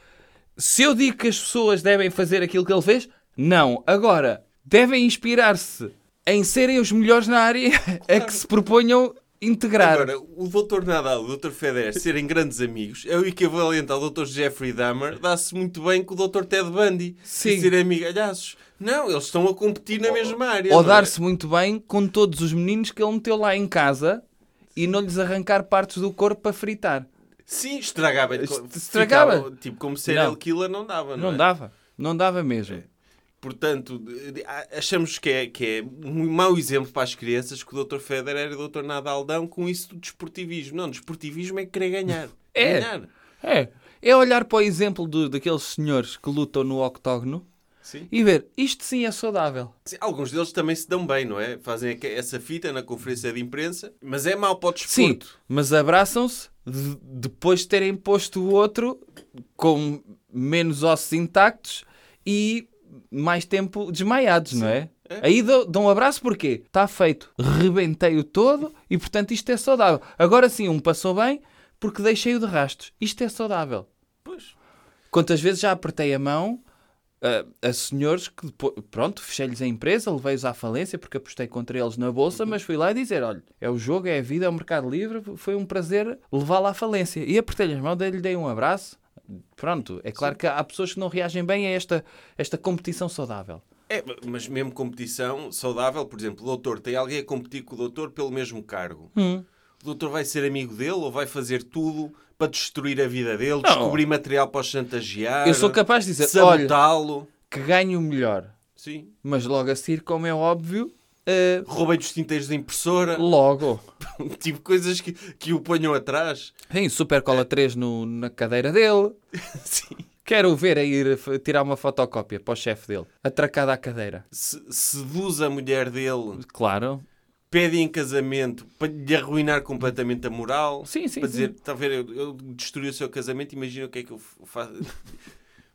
C: Se eu digo que as pessoas devem fazer aquilo que ele fez, não. Agora, devem inspirar-se em serem os melhores na área a que se proponham integrar.
B: Agora, o Dr. Nadal e o Dr. Federer serem grandes amigos é o equivalente ao Dr. Jeffrey Dahmer dá-se muito bem com o Dr. Ted Bundy.
C: Sim.
B: E serem amigalhaços. Não, eles estão a competir na mesma área.
C: Ou
B: não é?
C: dar-se muito bem com todos os meninos que ele meteu lá em casa e não lhes arrancar partes do corpo para fritar.
B: Sim, estragava.
C: Est- estragava.
B: Ficava, tipo, como serial
C: Não.
B: killer não dava, não,
C: Não
B: é?
C: dava. Não dava mesmo.
B: Portanto, de- de- a- achamos que é, que é um mau exemplo para as crianças que o Dr. Federer e o Dr. Nadal dão com isso do desportivismo. Não, desportivismo é querer ganhar.
C: É.
B: Ganhar.
C: É. É olhar para o exemplo do- daqueles senhores que lutam no octógono
B: Sim.
C: e ver, isto sim é saudável.
B: Sim, Alguns deles também se dão bem, não é? Fazem aqua- essa fita na conferência de imprensa, mas é mau para o
C: Sim,
B: desporto.
C: mas abraçam-se de- depois de terem posto o outro com menos ossos intactos e mais tempo desmaiados, não é? Aí dou- dão um abraço porque está feito, rebentei-o todo e portanto isto é saudável. Agora sim, um passou bem porque deixei-o de rastros. Isto é saudável.
B: Pois.
C: Quantas vezes já apertei a mão ah, a, senhores que depois, pronto, fechei-lhes a empresa, levei-os à falência porque apostei contra eles na bolsa, mas fui lá e dizer: olha, é o jogo, é a vida, é o mercado livre, foi um prazer levá-la à falência. E apertei-lhe as mãos, dei-lhe dei um abraço. Pronto, é claro que há pessoas que não reagem bem a esta, esta competição saudável.
B: É, ma- mas mesmo competição saudável, por exemplo, o doutor tem alguém a competir com o doutor pelo mesmo cargo.
C: Hum.
B: O doutor vai ser amigo dele ou vai fazer tudo para destruir a vida dele, descobrir material para o chantagear,
C: Eu sou capaz de dizer, olha,
B: sabotá-lo.
C: que ganho melhor.
B: Sim.
C: Mas logo a seguir, como é óbvio, ah,
B: Roubei-lhe os tinteiros da impressora,
C: logo.
B: tipo coisas que, que o ponham atrás.
C: Tem Super Cola 3 no, na cadeira dele.
B: Sim.
C: Quero ver a ir f- tirar uma fotocópia para o chefe dele, atracada à cadeira.
B: Se- seduz a mulher dele
C: Claro.
B: pede em casamento para lhe arruinar completamente a moral.
C: Sim, sim,
B: Para dizer,
C: sim.
B: está a ver, eu, eu destruí o seu casamento, imagina o que é que eu f- faço.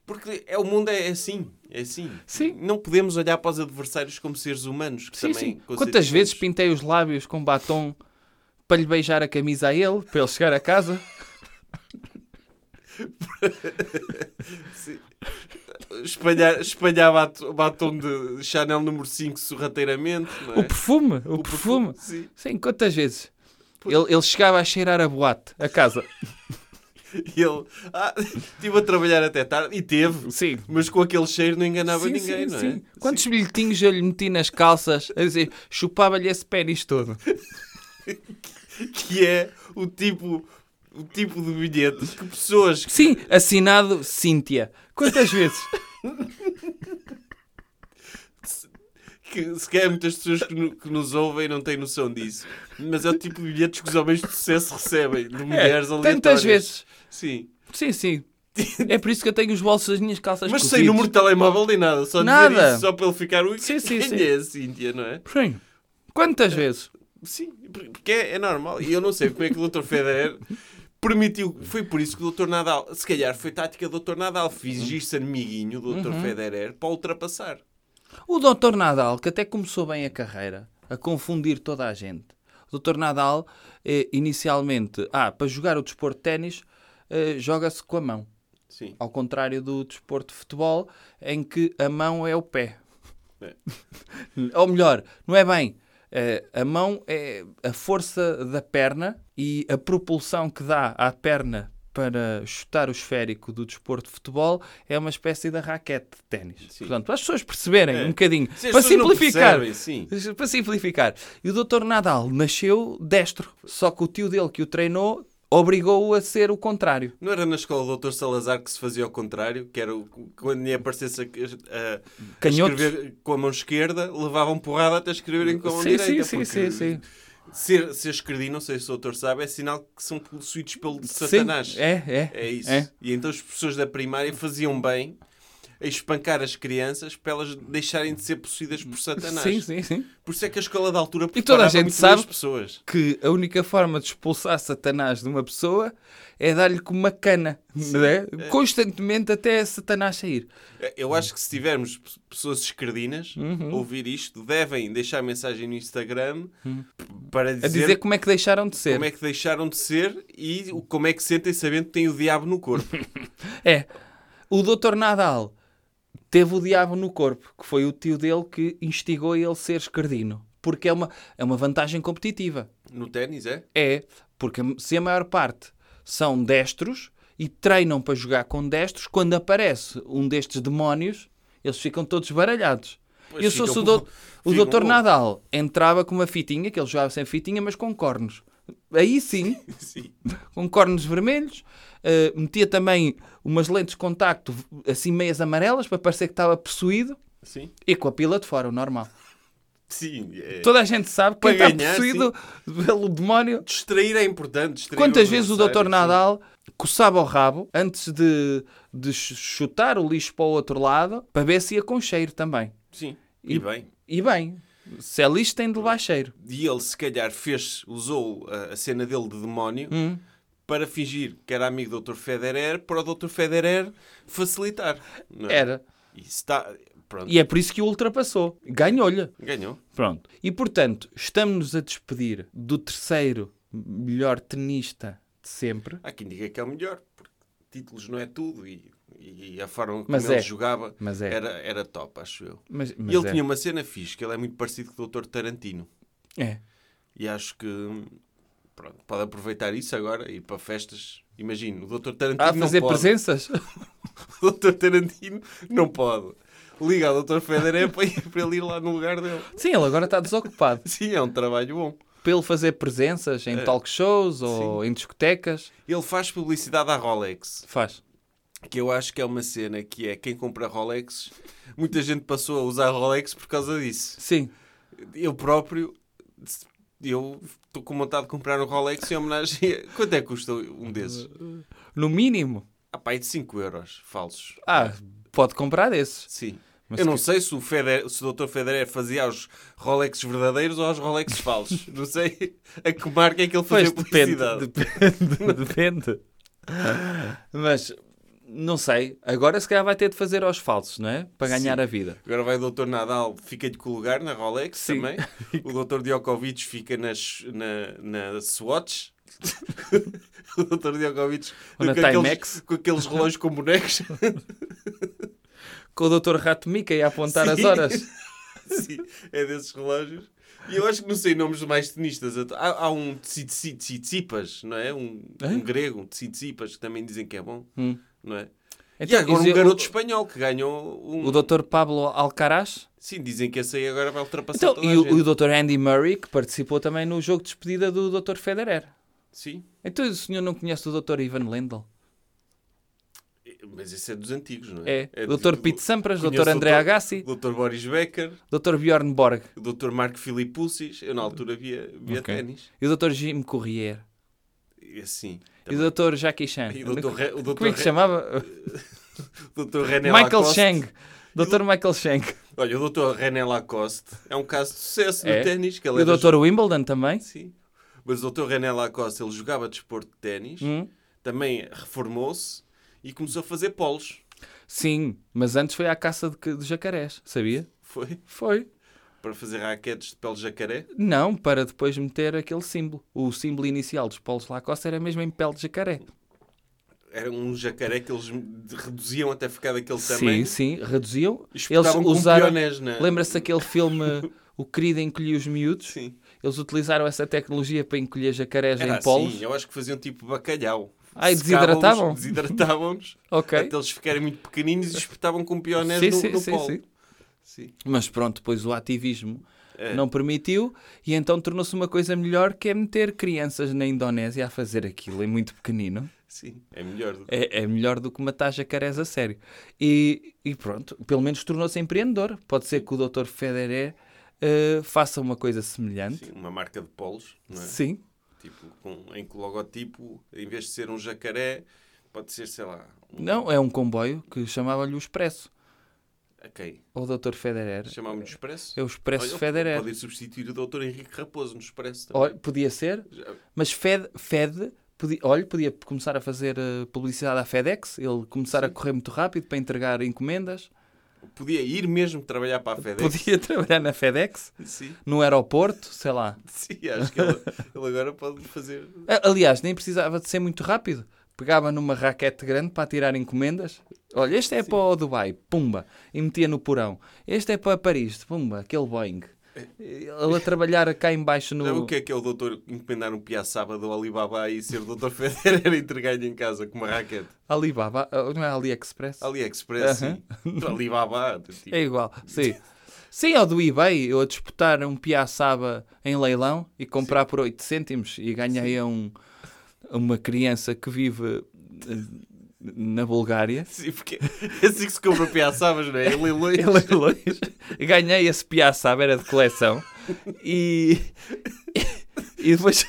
B: Porque é, o mundo é assim, é assim.
C: Sim.
B: Não podemos olhar para os adversários como seres humanos. Que
C: Sim,
B: também
C: sim. Quantas vezes pintei os lábios com batom para lhe beijar a camisa a ele, para ele chegar a casa?
B: espalhar, espalhar bato- batom de Chanel número 5 sorrateiramente, não é?
C: O perfume, o, perfume.
B: Sim.
C: Sim, quantas vezes? Ele, ele chegava a cheirar a boate, a casa.
B: E ele, ah, estive a trabalhar até tarde, e teve.
C: Sim.
B: Mas com aquele cheiro não enganava
C: Sim,
B: ninguém,
C: sim,
B: não é?
C: sim. Quantos bilhetinhos eu lhe meti nas calças a dizer, chupava-lhe esse pênis todo.
B: que é o tipo, o tipo de bilhete que pessoas que
C: Sim, assinado Cíntia. Quantas vezes?
B: que se calhar muitas pessoas que, no- que nos ouvem não têm noção disso, mas é o tipo de bilhetes que os homens de sucesso recebem de mulheres aleatórias.
C: É, tantas vezes.
B: Sim.
C: Sim, sim. É por isso que eu tenho os bolsos das minhas calças
B: Mas sem
C: cozidos.
B: número de telemóvel nem nada, só dizer
C: Nada.
B: isso, só para ele ficar o
C: Sim, sim,
B: quem
C: sim.
B: é a Cíntia, não é?
C: Sim. Quantas vezes?
B: Sim, por- porque é, é normal. E eu não sei como é que o Dr. Federer permitiu. Foi por isso que o Dr. Nadal, se calhar foi tática do Dr. Nadal, fingir-se amiguinho do
C: Uhum.
B: Dr. Federer para ultrapassar.
C: O Dr. Nadal, que até começou bem a carreira, a confundir toda a gente. O Dr. Nadal, eh, inicialmente, ah, para jogar o desporto de ténis, eh, joga-se com a mão.
B: Sim.
C: Ao contrário do desporto de futebol, em que a mão é o pé.
B: É.
C: Ou melhor, não é bem. eh, a mão é a força da perna e a propulsão que dá à perna para chutar o esférico do desporto de futebol é uma espécie da raquete de ténis.
B: Sim.
C: Portanto, para as pessoas perceberem
B: É.
C: um bocadinho,
B: Se as
C: para
B: pessoas não
C: simplificar,
B: percebem, sim.
C: para simplificar, e o Dr. Nadal nasceu destro, só que o tio dele que o treinou obrigou-o a ser o contrário.
B: Não era na escola do Dr. Salazar que se fazia ao contrário, que era o- quando lhe aparecesse a, a- a
C: Canhoto.
B: escrever com a mão esquerda, levavam porrada até escreverem com a mão
C: Sim,
B: direita.
C: sim, sim,
B: porque
C: sim, sim.
B: Ser, ser esquerdino, não sei se o doutor sabe, é sinal que são possuídos pelo Satanás.
C: Sim, é, é.
B: É isso.
C: É.
B: E então as pessoas da primária faziam bem a espancar as crianças para elas deixarem de ser possuídas por Satanás.
C: Sim, sim, sim.
B: Por isso é que a escola da altura
C: E toda a
B: preparava
C: gente
B: muito
C: sabe-
B: bem as pessoas.
C: que a única forma de expulsar Satanás de uma pessoa é dar-lhe com uma cana, não é? constantemente até Satanás sair.
B: Eu acho que se tivermos pe- pessoas esquerdinas
C: Uhum.
B: a ouvir isto, devem deixar mensagem no Instagram p- para
C: A
B: dizer,
C: dizer como é que deixaram de ser.
B: como é que deixaram de ser e o- como é que sentem sabendo que têm o diabo no corpo.
C: É. O Dr. Nadal teve o diabo no corpo, que foi o tio dele que instigou ele a ser escardino. Porque é uma, é uma vantagem competitiva.
B: No ténis, é?
C: É, porque se a maior parte são destros e treinam para jogar com destros, quando aparece um destes demónios, eles ficam todos baralhados.
B: Pois
C: Eu sou
B: ficam
C: o, do...
B: bom-
C: o
B: ficam
C: Dr.
B: bom.
C: Nadal entrava com uma fitinha, que ele jogava sem fitinha, mas com cornos. Aí sim,
B: Sim.
C: com cornos vermelhos, eh, metia também umas lentes de contacto assim meias amarelas para parecer que estava possuído
B: Sim.
C: e com a pila de fora, o normal.
B: Sim. é.
C: Toda a gente sabe que quem
B: Para
C: está
B: ganhar,
C: possuído pelo demónio
B: Distrair é importante. distrair
C: Quantas vezes o
B: adversário,
C: Dr.
B: sim.
C: Nadal coçava o rabo antes de, de ch- chutar o lixo para o outro lado para ver se ia com cheiro também?
B: Sim. E,
C: E-
B: bem.
C: E bem, se é lixo tem de levar cheiro.
B: E ele, se calhar, fez, usou a, a cena dele de demónio
C: Hum.
B: para fingir que era amigo do Dr. Federer para o Dr. Federer facilitar. não é?
C: Era.
B: E está. Pronto.
C: E é por isso que o ultrapassou. Ganhou-lhe.
B: Ganhou.
C: Pronto. E portanto, estamos-nos a despedir do terceiro melhor tenista de sempre.
B: Há quem diga que é o melhor, porque títulos não é tudo e, e a forma como
C: Mas
B: ele
C: é.
B: jogava
C: Mas é.
B: Era, era top, acho eu.
C: Mas,
B: E
C: mas
B: ele
C: é.
B: tinha uma cena fixe, que ele é muito parecido com o Dr. Tarantino.
C: É.
B: E acho que hum, pronto, pode aproveitar isso agora e ir para festas. Imagino, o Dr. Tarantino
C: Ah,
B: não
C: fazer
B: pode.
C: presenças?
B: O Dr. Tarantino não pode. Liga ao Dr. Federer para ir- para ele ir lá no lugar dele.
C: Sim, ele agora está desocupado.
B: Sim, é um trabalho bom.
C: Para ele fazer presenças
B: É.
C: em talk shows ou em discotecas,
B: Ele faz publicidade à Rolex,
C: faz.
B: que eu acho que é uma cena que é quem compra Rolex, muita gente passou a usar Rolex por causa disso.
C: Sim.
B: Eu próprio, eu estou com vontade de comprar um Rolex em homenagem. a- Quanto é que custa um desses?
C: No mínimo.
B: Ah, pá, é de 5 euros falsos.
C: Ah, pode comprar desses.
B: Sim.
C: Mas
B: eu não sei se o, Feder, se o Dr. Federer fazia aos Rolex verdadeiros ou aos Rolex falsos. não sei a que marca é que ele
C: Pois
B: fazia
C: depende,
B: publicidade.
C: depende, depende. Mas não sei. Agora se calhar vai ter de fazer aos falsos, não é? Para ganhar a vida.
B: Agora vai o Dr. Nadal, fica-lhe com o lugar na Rolex
C: Sim.
B: também. O Dr. Djokovic fica nas, na, na Swatch. o Dr. Djokovic
C: Ou na
B: com aqueles-
C: Timex.
B: com aqueles relógios com bonecos.
C: Com o Dr. Rato Mica a apontar as
B: Sim.
C: horas.
B: Sim, é desses relógios. E eu acho que não sei nomes de mais tenistas. Há, há um Tsitsi- Tsitsipas, não é? Um, um grego, um Tsitsipas, que também dizem que é bom, não é?
C: Hum. Então,
B: e agora
C: dizia-
B: um garoto espanhol que ganhou um...
C: O Dr. Pablo Alcaraz.
B: Sim, dizem que esse aí agora vai ultrapassar
C: Então,
B: toda a
C: e, o,
B: gente.
C: e o Dr. Andy Murray, que participou também no jogo de despedida do Dr. Federer.
B: Sim,
C: Então o senhor não conhece o Dr. Ivan Lendl?
B: mas esse é dos antigos, não é?
C: É. Dr.
B: do-
C: Pete Sampras,
B: Conheço
C: Dr. André
B: o Dr.
C: Agassi,
B: O Dr. Boris Becker,
C: Dr. Bjorn Borg
B: o Dr. Marco Filipussis. Eu na altura via, via
C: Ok.
B: ténis.
C: e o Dr. Jim Courier.
B: E Assim.
C: E o Dr. Jackie Chan.
B: E o Dr. Re- o Dr.
C: Como é que
B: Re-
C: se chamava?
B: Dr. René
C: Michael
B: Lacoste.
C: Chang. Dr. Michael Chang.
B: Olha, o Dr. René Lacoste é um caso de sucesso
C: É.
B: no ténis. que
C: E
B: ele
C: o
B: era
C: Dr. Wimbledon também.
B: Sim. Mas o Dr. René Lacoste, ele jogava desporto de ténis,
C: Hum.
B: também reformou-se e começou a fazer polos.
C: Sim, mas antes foi à caça de, ca- de jacarés, sabia?
B: Foi?
C: Foi.
B: para fazer raquetes de pele de jacaré?
C: Não, para depois meter aquele símbolo. O símbolo inicial dos polos Lacoste era mesmo em pele de jacaré.
B: Era um jacaré que eles reduziam até ficar daquele
C: Sim,
B: tamanho.
C: sim, reduziam. Eles
B: Espetavam com um né?
C: usaram.
B: pionés na...
C: Lembra-se daquele filme O Querido Encolhia os Miúdos?
B: Sim.
C: Eles utilizaram essa tecnologia para encolher jacarés
B: Era
C: em polos.
B: assim, eu acho que faziam tipo bacalhau.
C: Ah, e
B: Secávamos,
C: desidratavam?
B: Desidratavam-nos
C: Ok.
B: até eles ficarem muito pequeninos e espetavam com pionés
C: Sim,
B: no,
C: sim,
B: no
C: sim,
B: polo.
C: sim.
B: Sim.
C: Mas pronto, depois o ativismo
B: É.
C: não permitiu e então tornou-se uma coisa melhor que é meter crianças na Indonésia a fazer aquilo em muito pequenino.
B: Sim, é melhor do que...
C: É, é melhor do que matar jacarés a sério. E, e pronto, pelo menos tornou-se empreendedor. Pode ser que o Dr. Federer eh, faça uma coisa semelhante.
B: Sim, assim, uma marca de polos, não é?
C: É Sim.
B: Tipo, com, em que o logotipo, em vez de ser um jacaré, pode ser, sei lá, um...
C: Não, é um comboio que chamava-lhe o Expresso.
B: Ok,
C: Ou o Dr. Federer.
B: chamámos de Expresso.
C: É o Expresso
B: Olha,
C: Federer.
B: Podem substituir o doutor Henrique Raposo no Expresso também.
C: Olha, podia ser,
B: Já-
C: mas Fed, Fed podia, olha, podia começar a fazer eh, publicidade à FedEx, ele começar a correr muito rápido para entregar encomendas.
B: Podia ir mesmo trabalhar para a FedEx.
C: Podia trabalhar na FedEx,
B: Sim,
C: no aeroporto, sei lá.
B: sim, acho que ele, ele agora pode fazer.
C: A- Aliás, nem precisava de ser muito rápido. Pegava numa raquete grande para tirar encomendas. Olha, este é para o Dubai, pumba, e metia no porão. Este é para Paris, pumba, aquele Boeing. Ele a trabalhar cá embaixo no...
B: Já o que é que é o doutor encomendar um piaçaba do Alibaba e ser o doutor Federer e entregar-lhe em casa com uma raquete?
C: Alibaba, ah, não é AliExpress?
B: AliExpress, sim. Alibaba. Tipo,
C: É igual, sim. Sim, ao do eBay, eu a disputar um piaçaba em leilão e comprar por 8 cêntimos e ganhei a um, a uma criança que vive eh, na Bulgária.
B: Sim, porque é assim que se compra piaçabas, não é? Em leilões.
C: Em leilões. ganhei esse piaçaba, era de coleção. E, e depois,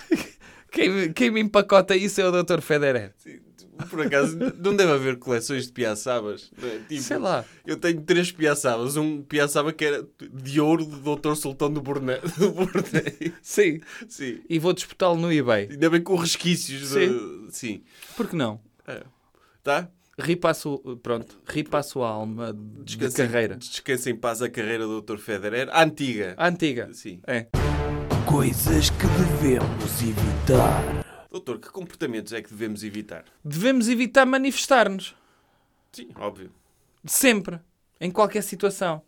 C: quem, me- quem me empacota isso é o Dr. Federer.
B: Sim, tipo, Por acaso, não deve haver coleções de piaçabas. não é? Tipo,
C: Sei lá.
B: Eu tenho três piaçabas. Um piaçaba que era de ouro do Dr. Sultão do Brunei. Do Brunei.
C: Sim.
B: Sim.
C: E vou disputá-lo no eBay.
B: Ainda bem com resquícios. Sim. De... Sim.
C: Por que não?
B: É. Tá?
C: Ri para a sua, pronto, ri para a sua alma de
B: Descansa em-
C: carreira.
B: Descansa em paz a carreira do Dr. Federer. A antiga.
C: A antiga.
B: Sim.
C: É.
A: Coisas que devemos evitar.
B: Doutor, que comportamentos é que devemos evitar?
C: Devemos evitar manifestar-nos.
B: Sim, óbvio.
C: Sempre. Em qualquer situação.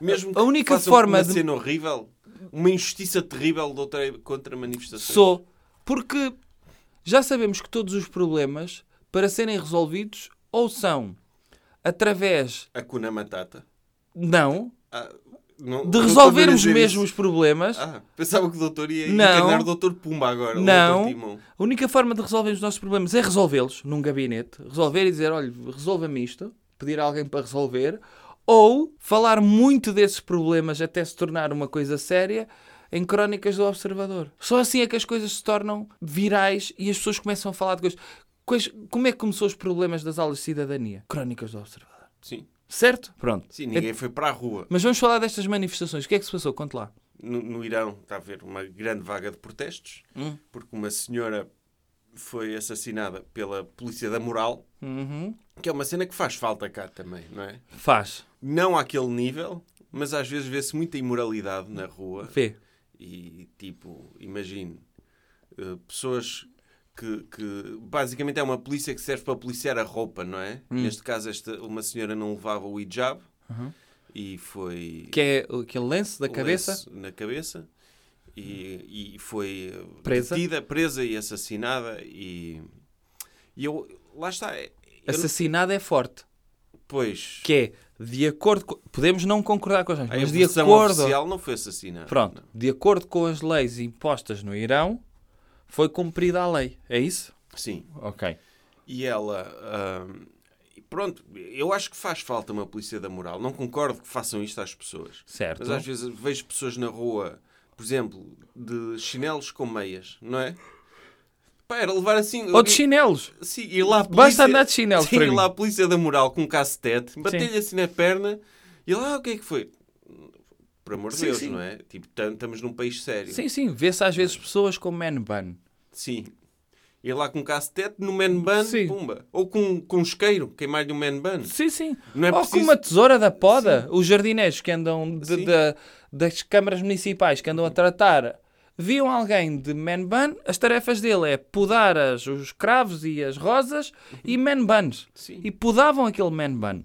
B: Mesmo um
C: A única
B: façam
C: forma
B: uma
C: de-
B: cena horrível, uma injustiça terrível, doutor, é contra manifestações.
C: Sou. Porque já sabemos que todos os problemas, para serem resolvidos, ou são através,
B: A Kuna Matata.
C: não,
B: Ah, não-
C: de
B: doutor
C: resolvermos
B: ia dizer
C: mesmo
B: isso.
C: os problemas.
B: Ah, pensava que o doutor ia
C: Não.
B: encarnar o doutor Pumba agora. o
C: Não.
B: Dr. Timão.
C: A única forma de resolver os nossos problemas é resolvê-los num gabinete. Resolver e dizer, olha, resolva-me isto. Pedir a alguém para resolver. Ou falar muito desses problemas até se tornar uma coisa séria em crónicas do Observador. Só assim é que as coisas se tornam virais e as pessoas começam a falar de coisas. Cois- Como é que começou os problemas das aulas de cidadania? Crónicas do Observador.
B: Sim.
C: Certo? Pronto.
B: Sim, ninguém foi para a rua.
C: Mas vamos falar destas manifestações. O que é que se passou? Conte lá.
B: No, no Irão está a haver uma grande vaga de protestos, porque uma senhora foi assassinada pela polícia da moral, que é uma cena que faz falta cá também, não é?
C: Faz.
B: Não àquele nível, mas às vezes vê-se muita imoralidade na rua.
C: Vê.
B: E tipo, imagine eh, pessoas que, que basicamente é uma polícia que serve para policiar a roupa, não é? Neste caso, esta, uma senhora não levava o hijab e foi
C: Que é aquele lance da cabeça.
B: lenço na cabeça e, e foi eh,
C: Presa.
B: detida, presa e assassinada. E, e eu lá está. é- Eu, não-
C: Assassinada é forte.
B: pois
C: que é de acordo com... podemos não concordar com as leis,
B: a
C: mas de
B: versão
C: acordo
B: oficial não foi assassinada.
C: pronto de acordo com as leis impostas no Irão foi cumprida a lei é isso
B: Sim.
C: ok
B: E ela. ahm, e pronto, eu acho que faz falta uma polícia da moral. Não concordo que façam isto às pessoas.
C: Certo.
B: Mas às vezes vejo pessoas na rua, por exemplo, de chinelos com meias, não é? Pá, era levar assim.
C: ou de chinelos
B: Sim, ir lá à polícia,
C: Basta andar de chinelos
B: Sim,
C: para
B: ir
C: mim.
B: lá à polícia da moral com um cacetete, bater-lhe assim na perna e lá, ah, o que é que foi? Por amor de
C: Sim,
B: Deus,
C: sim.
B: não é? Tipo, tam- estamos num país sério.
C: sim sim vê-se às vezes pessoas com man bun
B: Sim. Ir lá com um cacetete no man bun,
C: Sim.
B: pumba. Ou com, com um isqueiro, queimar-lhe um man bun.
C: Sim, sim.
B: Não é
C: Ou
B: preciso-
C: com uma tesoura da poda. Os jardineiros que andam de-
B: Sim.
C: da- das câmaras municipais que andam a tratar. Viam alguém de man bun, as tarefas dele é podar as, os cravos e as rosas e man buns.
B: Sim.
C: E podavam aquele man bun.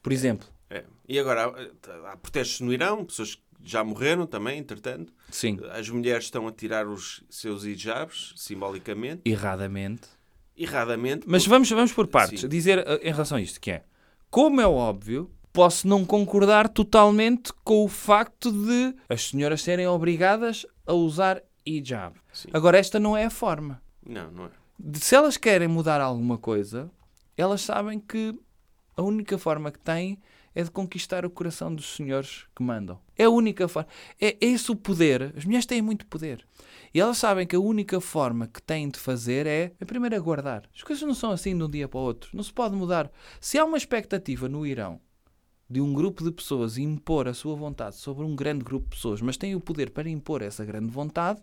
C: Por exemplo.
B: É. E agora há- há, protestos no Irão, pessoas que já morreram também, entretanto.
C: Sim.
B: As mulheres estão a tirar os seus hijabs, simbolicamente,
C: Erradamente.
B: erradamente.
C: Mas vamos, vamos por partes.
B: Sim.
C: Dizer eh, em relação a isto que é, como é óbvio, posso não concordar totalmente com o facto de as senhoras serem obrigadas a usar hijab.
B: Sim.
C: Agora, esta não é a forma.
B: Não, não é.
C: De- Se elas querem mudar alguma coisa, elas sabem que a única forma que têm é de conquistar o coração dos senhores que mandam. É a única forma. É é esse o poder. As mulheres têm muito poder. E elas sabem que a única forma que têm de fazer é, é primeiro aguardar. As coisas não são assim de um dia para o outro. Não se pode mudar. Se há uma expectativa no Irão de um grupo de pessoas impor a sua vontade sobre um grande grupo de pessoas, mas têm o poder para impor essa grande vontade,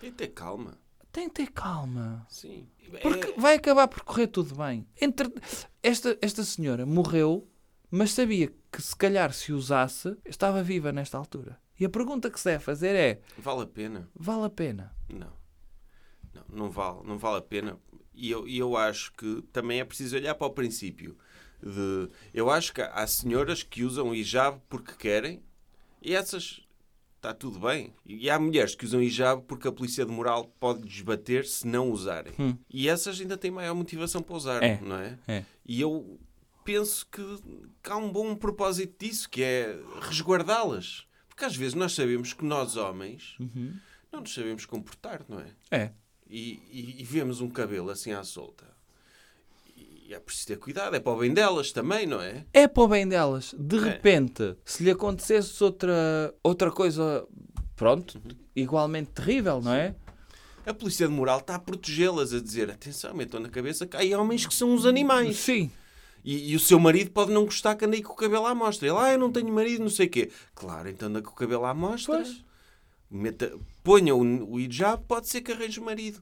B: Tem que ter calma.
C: tem de ter calma.
B: Sim.
C: Porque
B: É-
C: vai acabar por correr tudo bem. Entre- Esta, esta senhora morreu, mas sabia que se calhar se usasse, estava viva nesta altura. E a pergunta que se deve fazer é:
B: Vale a pena.
C: vale a pena?
B: Não. Não, não vale, não vale a pena. E eu, e eu acho que também é preciso olhar para o princípio. De, eu acho que há, há senhoras que usam hijab porque querem e essas está tudo bem. E há mulheres que usam hijab porque a polícia de moral pode desbater se não usarem. E essas ainda têm maior motivação para usar,
C: É.
B: não é?
C: É.
B: E eu penso que que há um bom propósito disso, que é resguardá-las. Porque às vezes nós sabemos que nós, homens, não nos sabemos comportar, não é?
C: É.
B: E, e- e vemos um cabelo assim à solta. E é preciso ter cuidado, é para o bem delas também, não é?
C: É para o bem delas. De
B: É.
C: repente, se lhe acontecesse outra, outra coisa, pronto, igualmente terrível, não é?
B: A polícia de moral está a protegê-las, a dizer: atenção, metam na cabeça que há homens que são uns animais.
C: Sim.
B: E, e o seu marido pode não gostar que ande aí com o cabelo à mostra. Ele, ah, eu não tenho marido, não sei o quê. Claro, então anda com o cabelo à mostra.
C: Pois.
B: Meta, ponha o, o hijab, pode ser que arranje marido.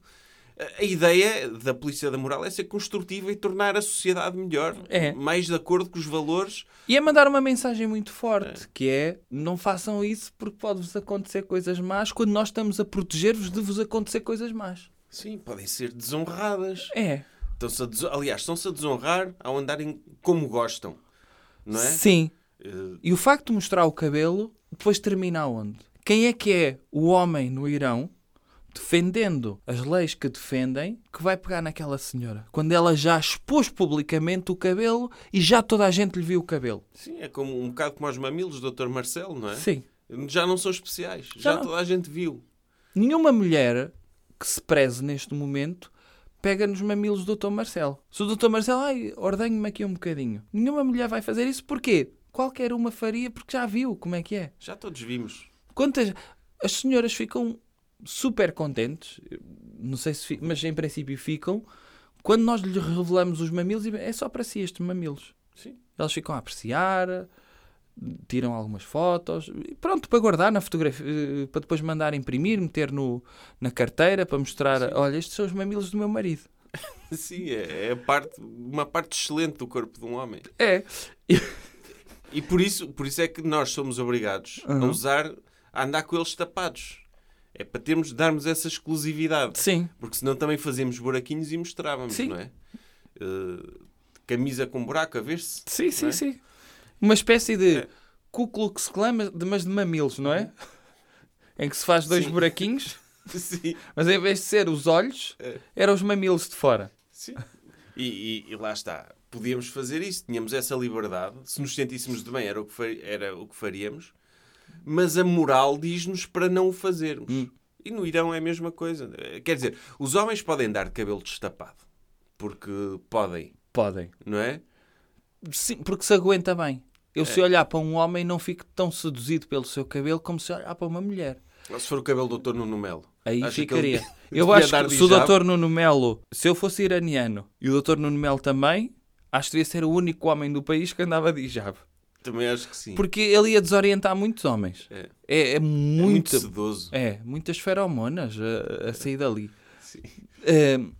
B: A, a ideia da polícia da moral é ser construtiva e tornar a sociedade melhor,
C: É.
B: mais de acordo com os valores.
C: E é mandar uma mensagem muito forte, que é não façam isso porque pode-vos acontecer coisas más quando nós estamos a proteger-vos de vos acontecer coisas más.
B: Sim, podem ser desonradas.
C: É.
B: Estão-se a des- Aliás, estão-se a desonrar ao andarem como gostam. Não é?
C: Sim.
B: Eh,
C: E o facto de mostrar o cabelo, depois termina onde? Quem é que é o homem no Irão, defendendo as leis que defendem, que vai pegar naquela senhora? Quando ela já expôs publicamente o cabelo e já toda a gente lhe viu o cabelo.
B: sim, é como, um bocado como aos mamilos do Dr. Marcelo, não é?
C: Sim.
B: Já não são especiais.
C: Já
B: Já,
C: não.
B: toda a gente viu.
C: Nenhuma mulher que se preze neste momento pega nos mamilos do Dr. Marcelo. Se o Dr. Marcelo, ai, ordenhe-me aqui um bocadinho. Nenhuma mulher vai fazer isso, porquê? Qualquer uma faria porque já viu como é que é.
B: Já todos vimos.
C: Quantas. As senhoras ficam super contentes, não sei se. fi- Mas em princípio ficam, quando nós lhes revelamos os mamilos e é só para si estes mamilos.
B: Sim.
C: Elas ficam a apreciar, tiram algumas fotos, e pronto, para guardar na fotografia, eh, para depois mandar imprimir, meter no, na carteira, para mostrar: olha, estes são os mamilos do meu marido.
B: Sim, é, é a parte, uma parte excelente do corpo de um homem.
C: É.
B: E por isso, por isso é que nós somos obrigados a usar, a andar com eles tapados. É para termos, darmos essa exclusividade.
C: Sim.
B: Porque senão também fazíamos buraquinhos e mostrávamos,
C: Sim.
B: não é? Eh, camisa com buraco, a ver-se.
C: Sim, sim,
B: Não é?
C: sim. Uma espécie de
B: É.
C: Ku Klux Klan, mas de, mas de mamilos, não é? em que se faz dois
B: Sim.
C: buraquinhos,
B: Sim.
C: mas em vez de ser os olhos,
B: É.
C: eram os mamilos de fora.
B: Sim. E, e- e lá está. Podíamos fazer isso, tínhamos essa liberdade. Se nos sentíssemos de bem, era o que, fa- era o que faríamos. Mas a moral diz-nos para não o fazermos.
C: Hum.
B: E no Irão é a mesma coisa. Eh, Quer dizer, os homens podem dar de cabelo destapado. Porque podem,
C: Podem.
B: não é?
C: Sim, porque se aguenta bem. Eu, se olhar para um homem, não fico tão seduzido pelo seu cabelo como se olhar para uma mulher.
B: Ou se for o cabelo do Dr. Nuno Melo.
C: Aí
B: Acha que ele
C: ficaria.
B: devia
C: eu acho
B: dar
C: que
B: de
C: se o
B: hijab?
C: Dr. Nuno Melo, se eu fosse iraniano e o Dr. Nuno Melo também, acho que devia ser o único homem do país que andava de hijab.
B: Também acho que sim.
C: Porque ele ia desorientar muitos homens.
B: É.
C: É, é
B: É muito
C: muito.
B: sedoso.
C: É, muitas feromonas a, a sair dali.
B: Sim.
C: Ahm,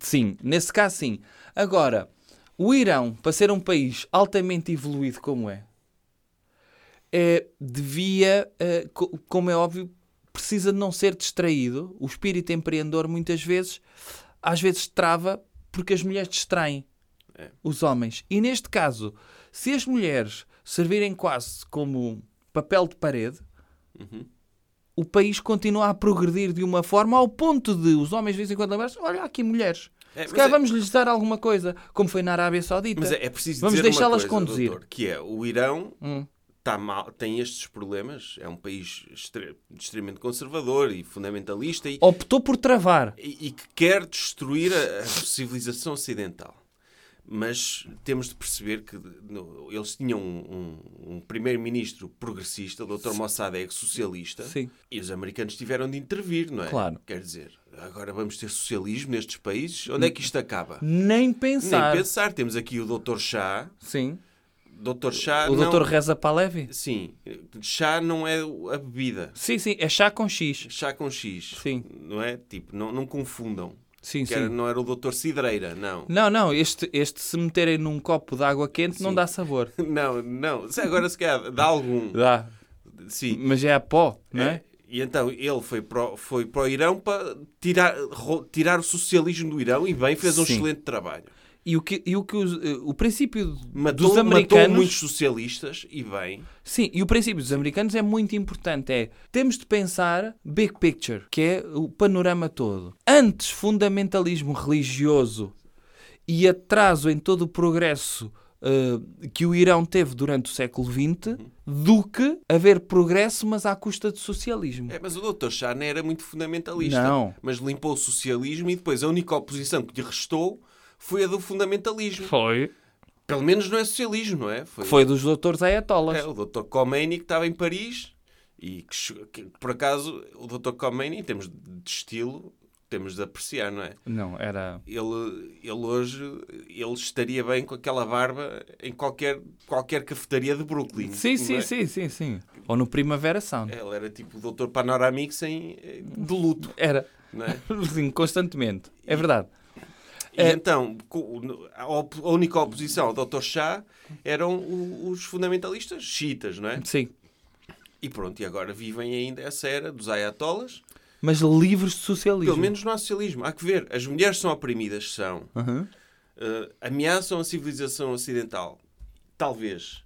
C: Sim, nesse caso sim. Agora, o Irão, para ser um país altamente evoluído como é, eh, devia, eh, co- como é óbvio, precisa de não ser distraído. O espírito empreendedor muitas vezes, às vezes trava porque as mulheres distraem
B: É.
C: os homens. E neste caso, se as mulheres servirem quase como papel de parede,
B: Uhum.
C: o país continua a progredir de uma forma ao ponto de os homens de vez em quando lembrar olha há aqui mulheres.
B: É, mas
C: Se calhar
B: é-
C: vamos lhes dar alguma coisa, como foi na Arábia Saudita.
B: Mas é, é preciso
C: Então, Vamos
B: dizer uma
C: deixá-las
B: coisa,
C: conduzir.
B: doutor, que é, o Irão
C: Hum.
B: tá mal, tem estes problemas, é um país extre- extremamente conservador e fundamentalista e,
C: Optou por travar.
B: e- e que quer destruir a, a civilização ocidental. Mas temos de perceber que no- eles tinham um, um- um primeiro-ministro progressista, o Dr. Mossadegh, socialista,
C: Sim.
B: e os americanos tiveram de intervir, não é?
C: Claro.
B: Quer dizer, agora vamos ter socialismo nestes países? Onde é que isto acaba?
C: Nem pensar.
B: Nem pensar. Temos aqui o Dr. Shah.
C: Sim.
B: Dr. Shah
C: O
B: Ah, não...
C: doutor reza para a leve?
B: Sim, chá não é a bebida.
C: Sim, sim. É chá com X.
B: Chá com X.
C: Sim.
B: Não é? Tipo, não, não confundam.
C: Sim,
B: Que era-
C: sim.
B: não era o Dr. Cidreira, não.
C: Não, não. Este, este se meterem num copo de água quente não dá sabor.
B: Não, não. Se Agora se calhar dá algum.
C: Dá.
B: Sim.
C: Mas é a pó, não é?
B: E então ele foi para, o- foi para o Irão para tirar, ro- tirar o socialismo do Irão e bem, fez um
C: Sim.
B: excelente trabalho.
C: E o que, e o, que os- eh, o princípio
B: Matou,
C: dos
B: matou
C: americanos...
B: muitos socialistas e bem.
C: Sim, e o princípio dos americanos é muito importante. É temos de pensar big picture, que é o panorama todo. Antes, fundamentalismo religioso e atraso em todo o progresso eh, que o Irão teve durante o século XX, do que haver progresso, mas à custa de socialismo.
B: É, mas o Dr. Chá não era muito fundamentalista.
C: Não.
B: Mas limpou o socialismo e depois a única oposição que lhe restou foi a do fundamentalismo.
C: Foi.
B: Pelo menos não é socialismo, não é? Foi,
C: Foi dos doutores Ayatollahs.
B: É, o Dr. Khomeini que estava em Paris e que, che- que, por acaso o Dr. Khomeini, em termos de estilo, temos de apreciar, não é?
C: Não, era...
B: Ele, ele hoje ele estaria bem com aquela barba em qualquer, qualquer cafetaria de Brooklyn.
C: Sim, sim,
B: não é?
C: sim, sim, sim. Ou no Primavera Sound.
B: Ele era tipo o Dr. Panoramix em, de luto,
C: Era.
B: não é?
C: Sim, constantemente. É verdade.
B: E
C: É.
B: então, co- no- a op- a única oposição ao Dr. Shah eram o- os fundamentalistas xiitas, não é?
C: Sim.
B: E pronto, e agora vivem ainda essa era dos ayatolas.
C: Mas livres de socialismo.
B: Pelo menos não há socialismo. Há que ver. As mulheres são oprimidas, são.
C: Aham.
B: Eh, ameaçam a civilização ocidental. Talvez.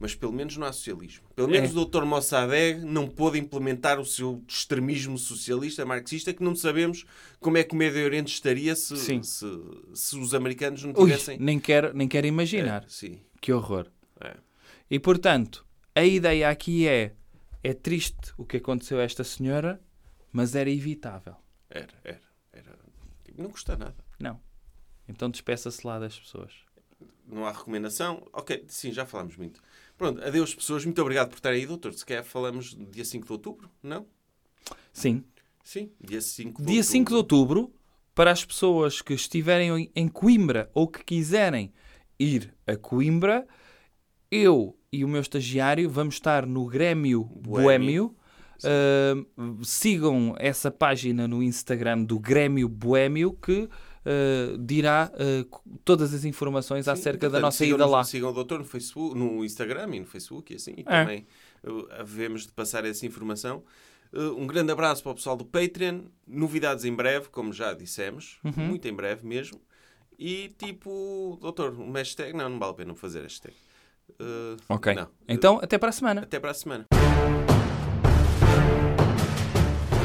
B: Mas pelo menos não há socialismo. Pelo
C: É.
B: menos o Dr. Mossadegh não pôde implementar o seu extremismo socialista, marxista, que não sabemos como é que o Médio Oriente estaria se,
C: Sim.
B: se, se os americanos não
C: Ui,
B: tivessem... É.
C: nem quero, nem quero imaginar.
B: Sim.
C: Que horror.
B: É.
C: E portanto, a ideia aqui é: é triste o que aconteceu a esta senhora, mas era evitável.
B: Era, era. era. Tipo, Não custa nada.
C: Não. Então despeça-se lá das pessoas.
B: não há recomendação. Ok, sim, já falámos muito. Pronto, adeus pessoas, muito obrigado por estarem aí, doutor. Se calhar falamos no dia 5 de outubro, não?
C: Sim.
B: Sim, dia 5 de
C: Dia 5 de outubro, para as pessoas que estiverem em Coimbra ou que quiserem ir a Coimbra, eu e o meu estagiário vamos estar no Grêmio
B: Boémio.
C: Boémio. Ahm, sigam essa página no Instagram do Grêmio Boémio que ah, dirá ah, co- todas as informações acerca da nossa ida lá.
B: Sigam o doutor no, Facebook, no Instagram e no Facebook e assim. E
C: É.
B: também uh, havemos de passar essa informação. Uh, um grande abraço para o pessoal do Patreon. Novidades em breve, como já dissemos.
C: Uhum.
B: Muito em breve mesmo. E tipo, doutor, uma hashtag? Não, não vale a pena fazer hashtag. Uh,
C: Ok.
B: não.
C: Então, até para a semana.
B: Até para a semana.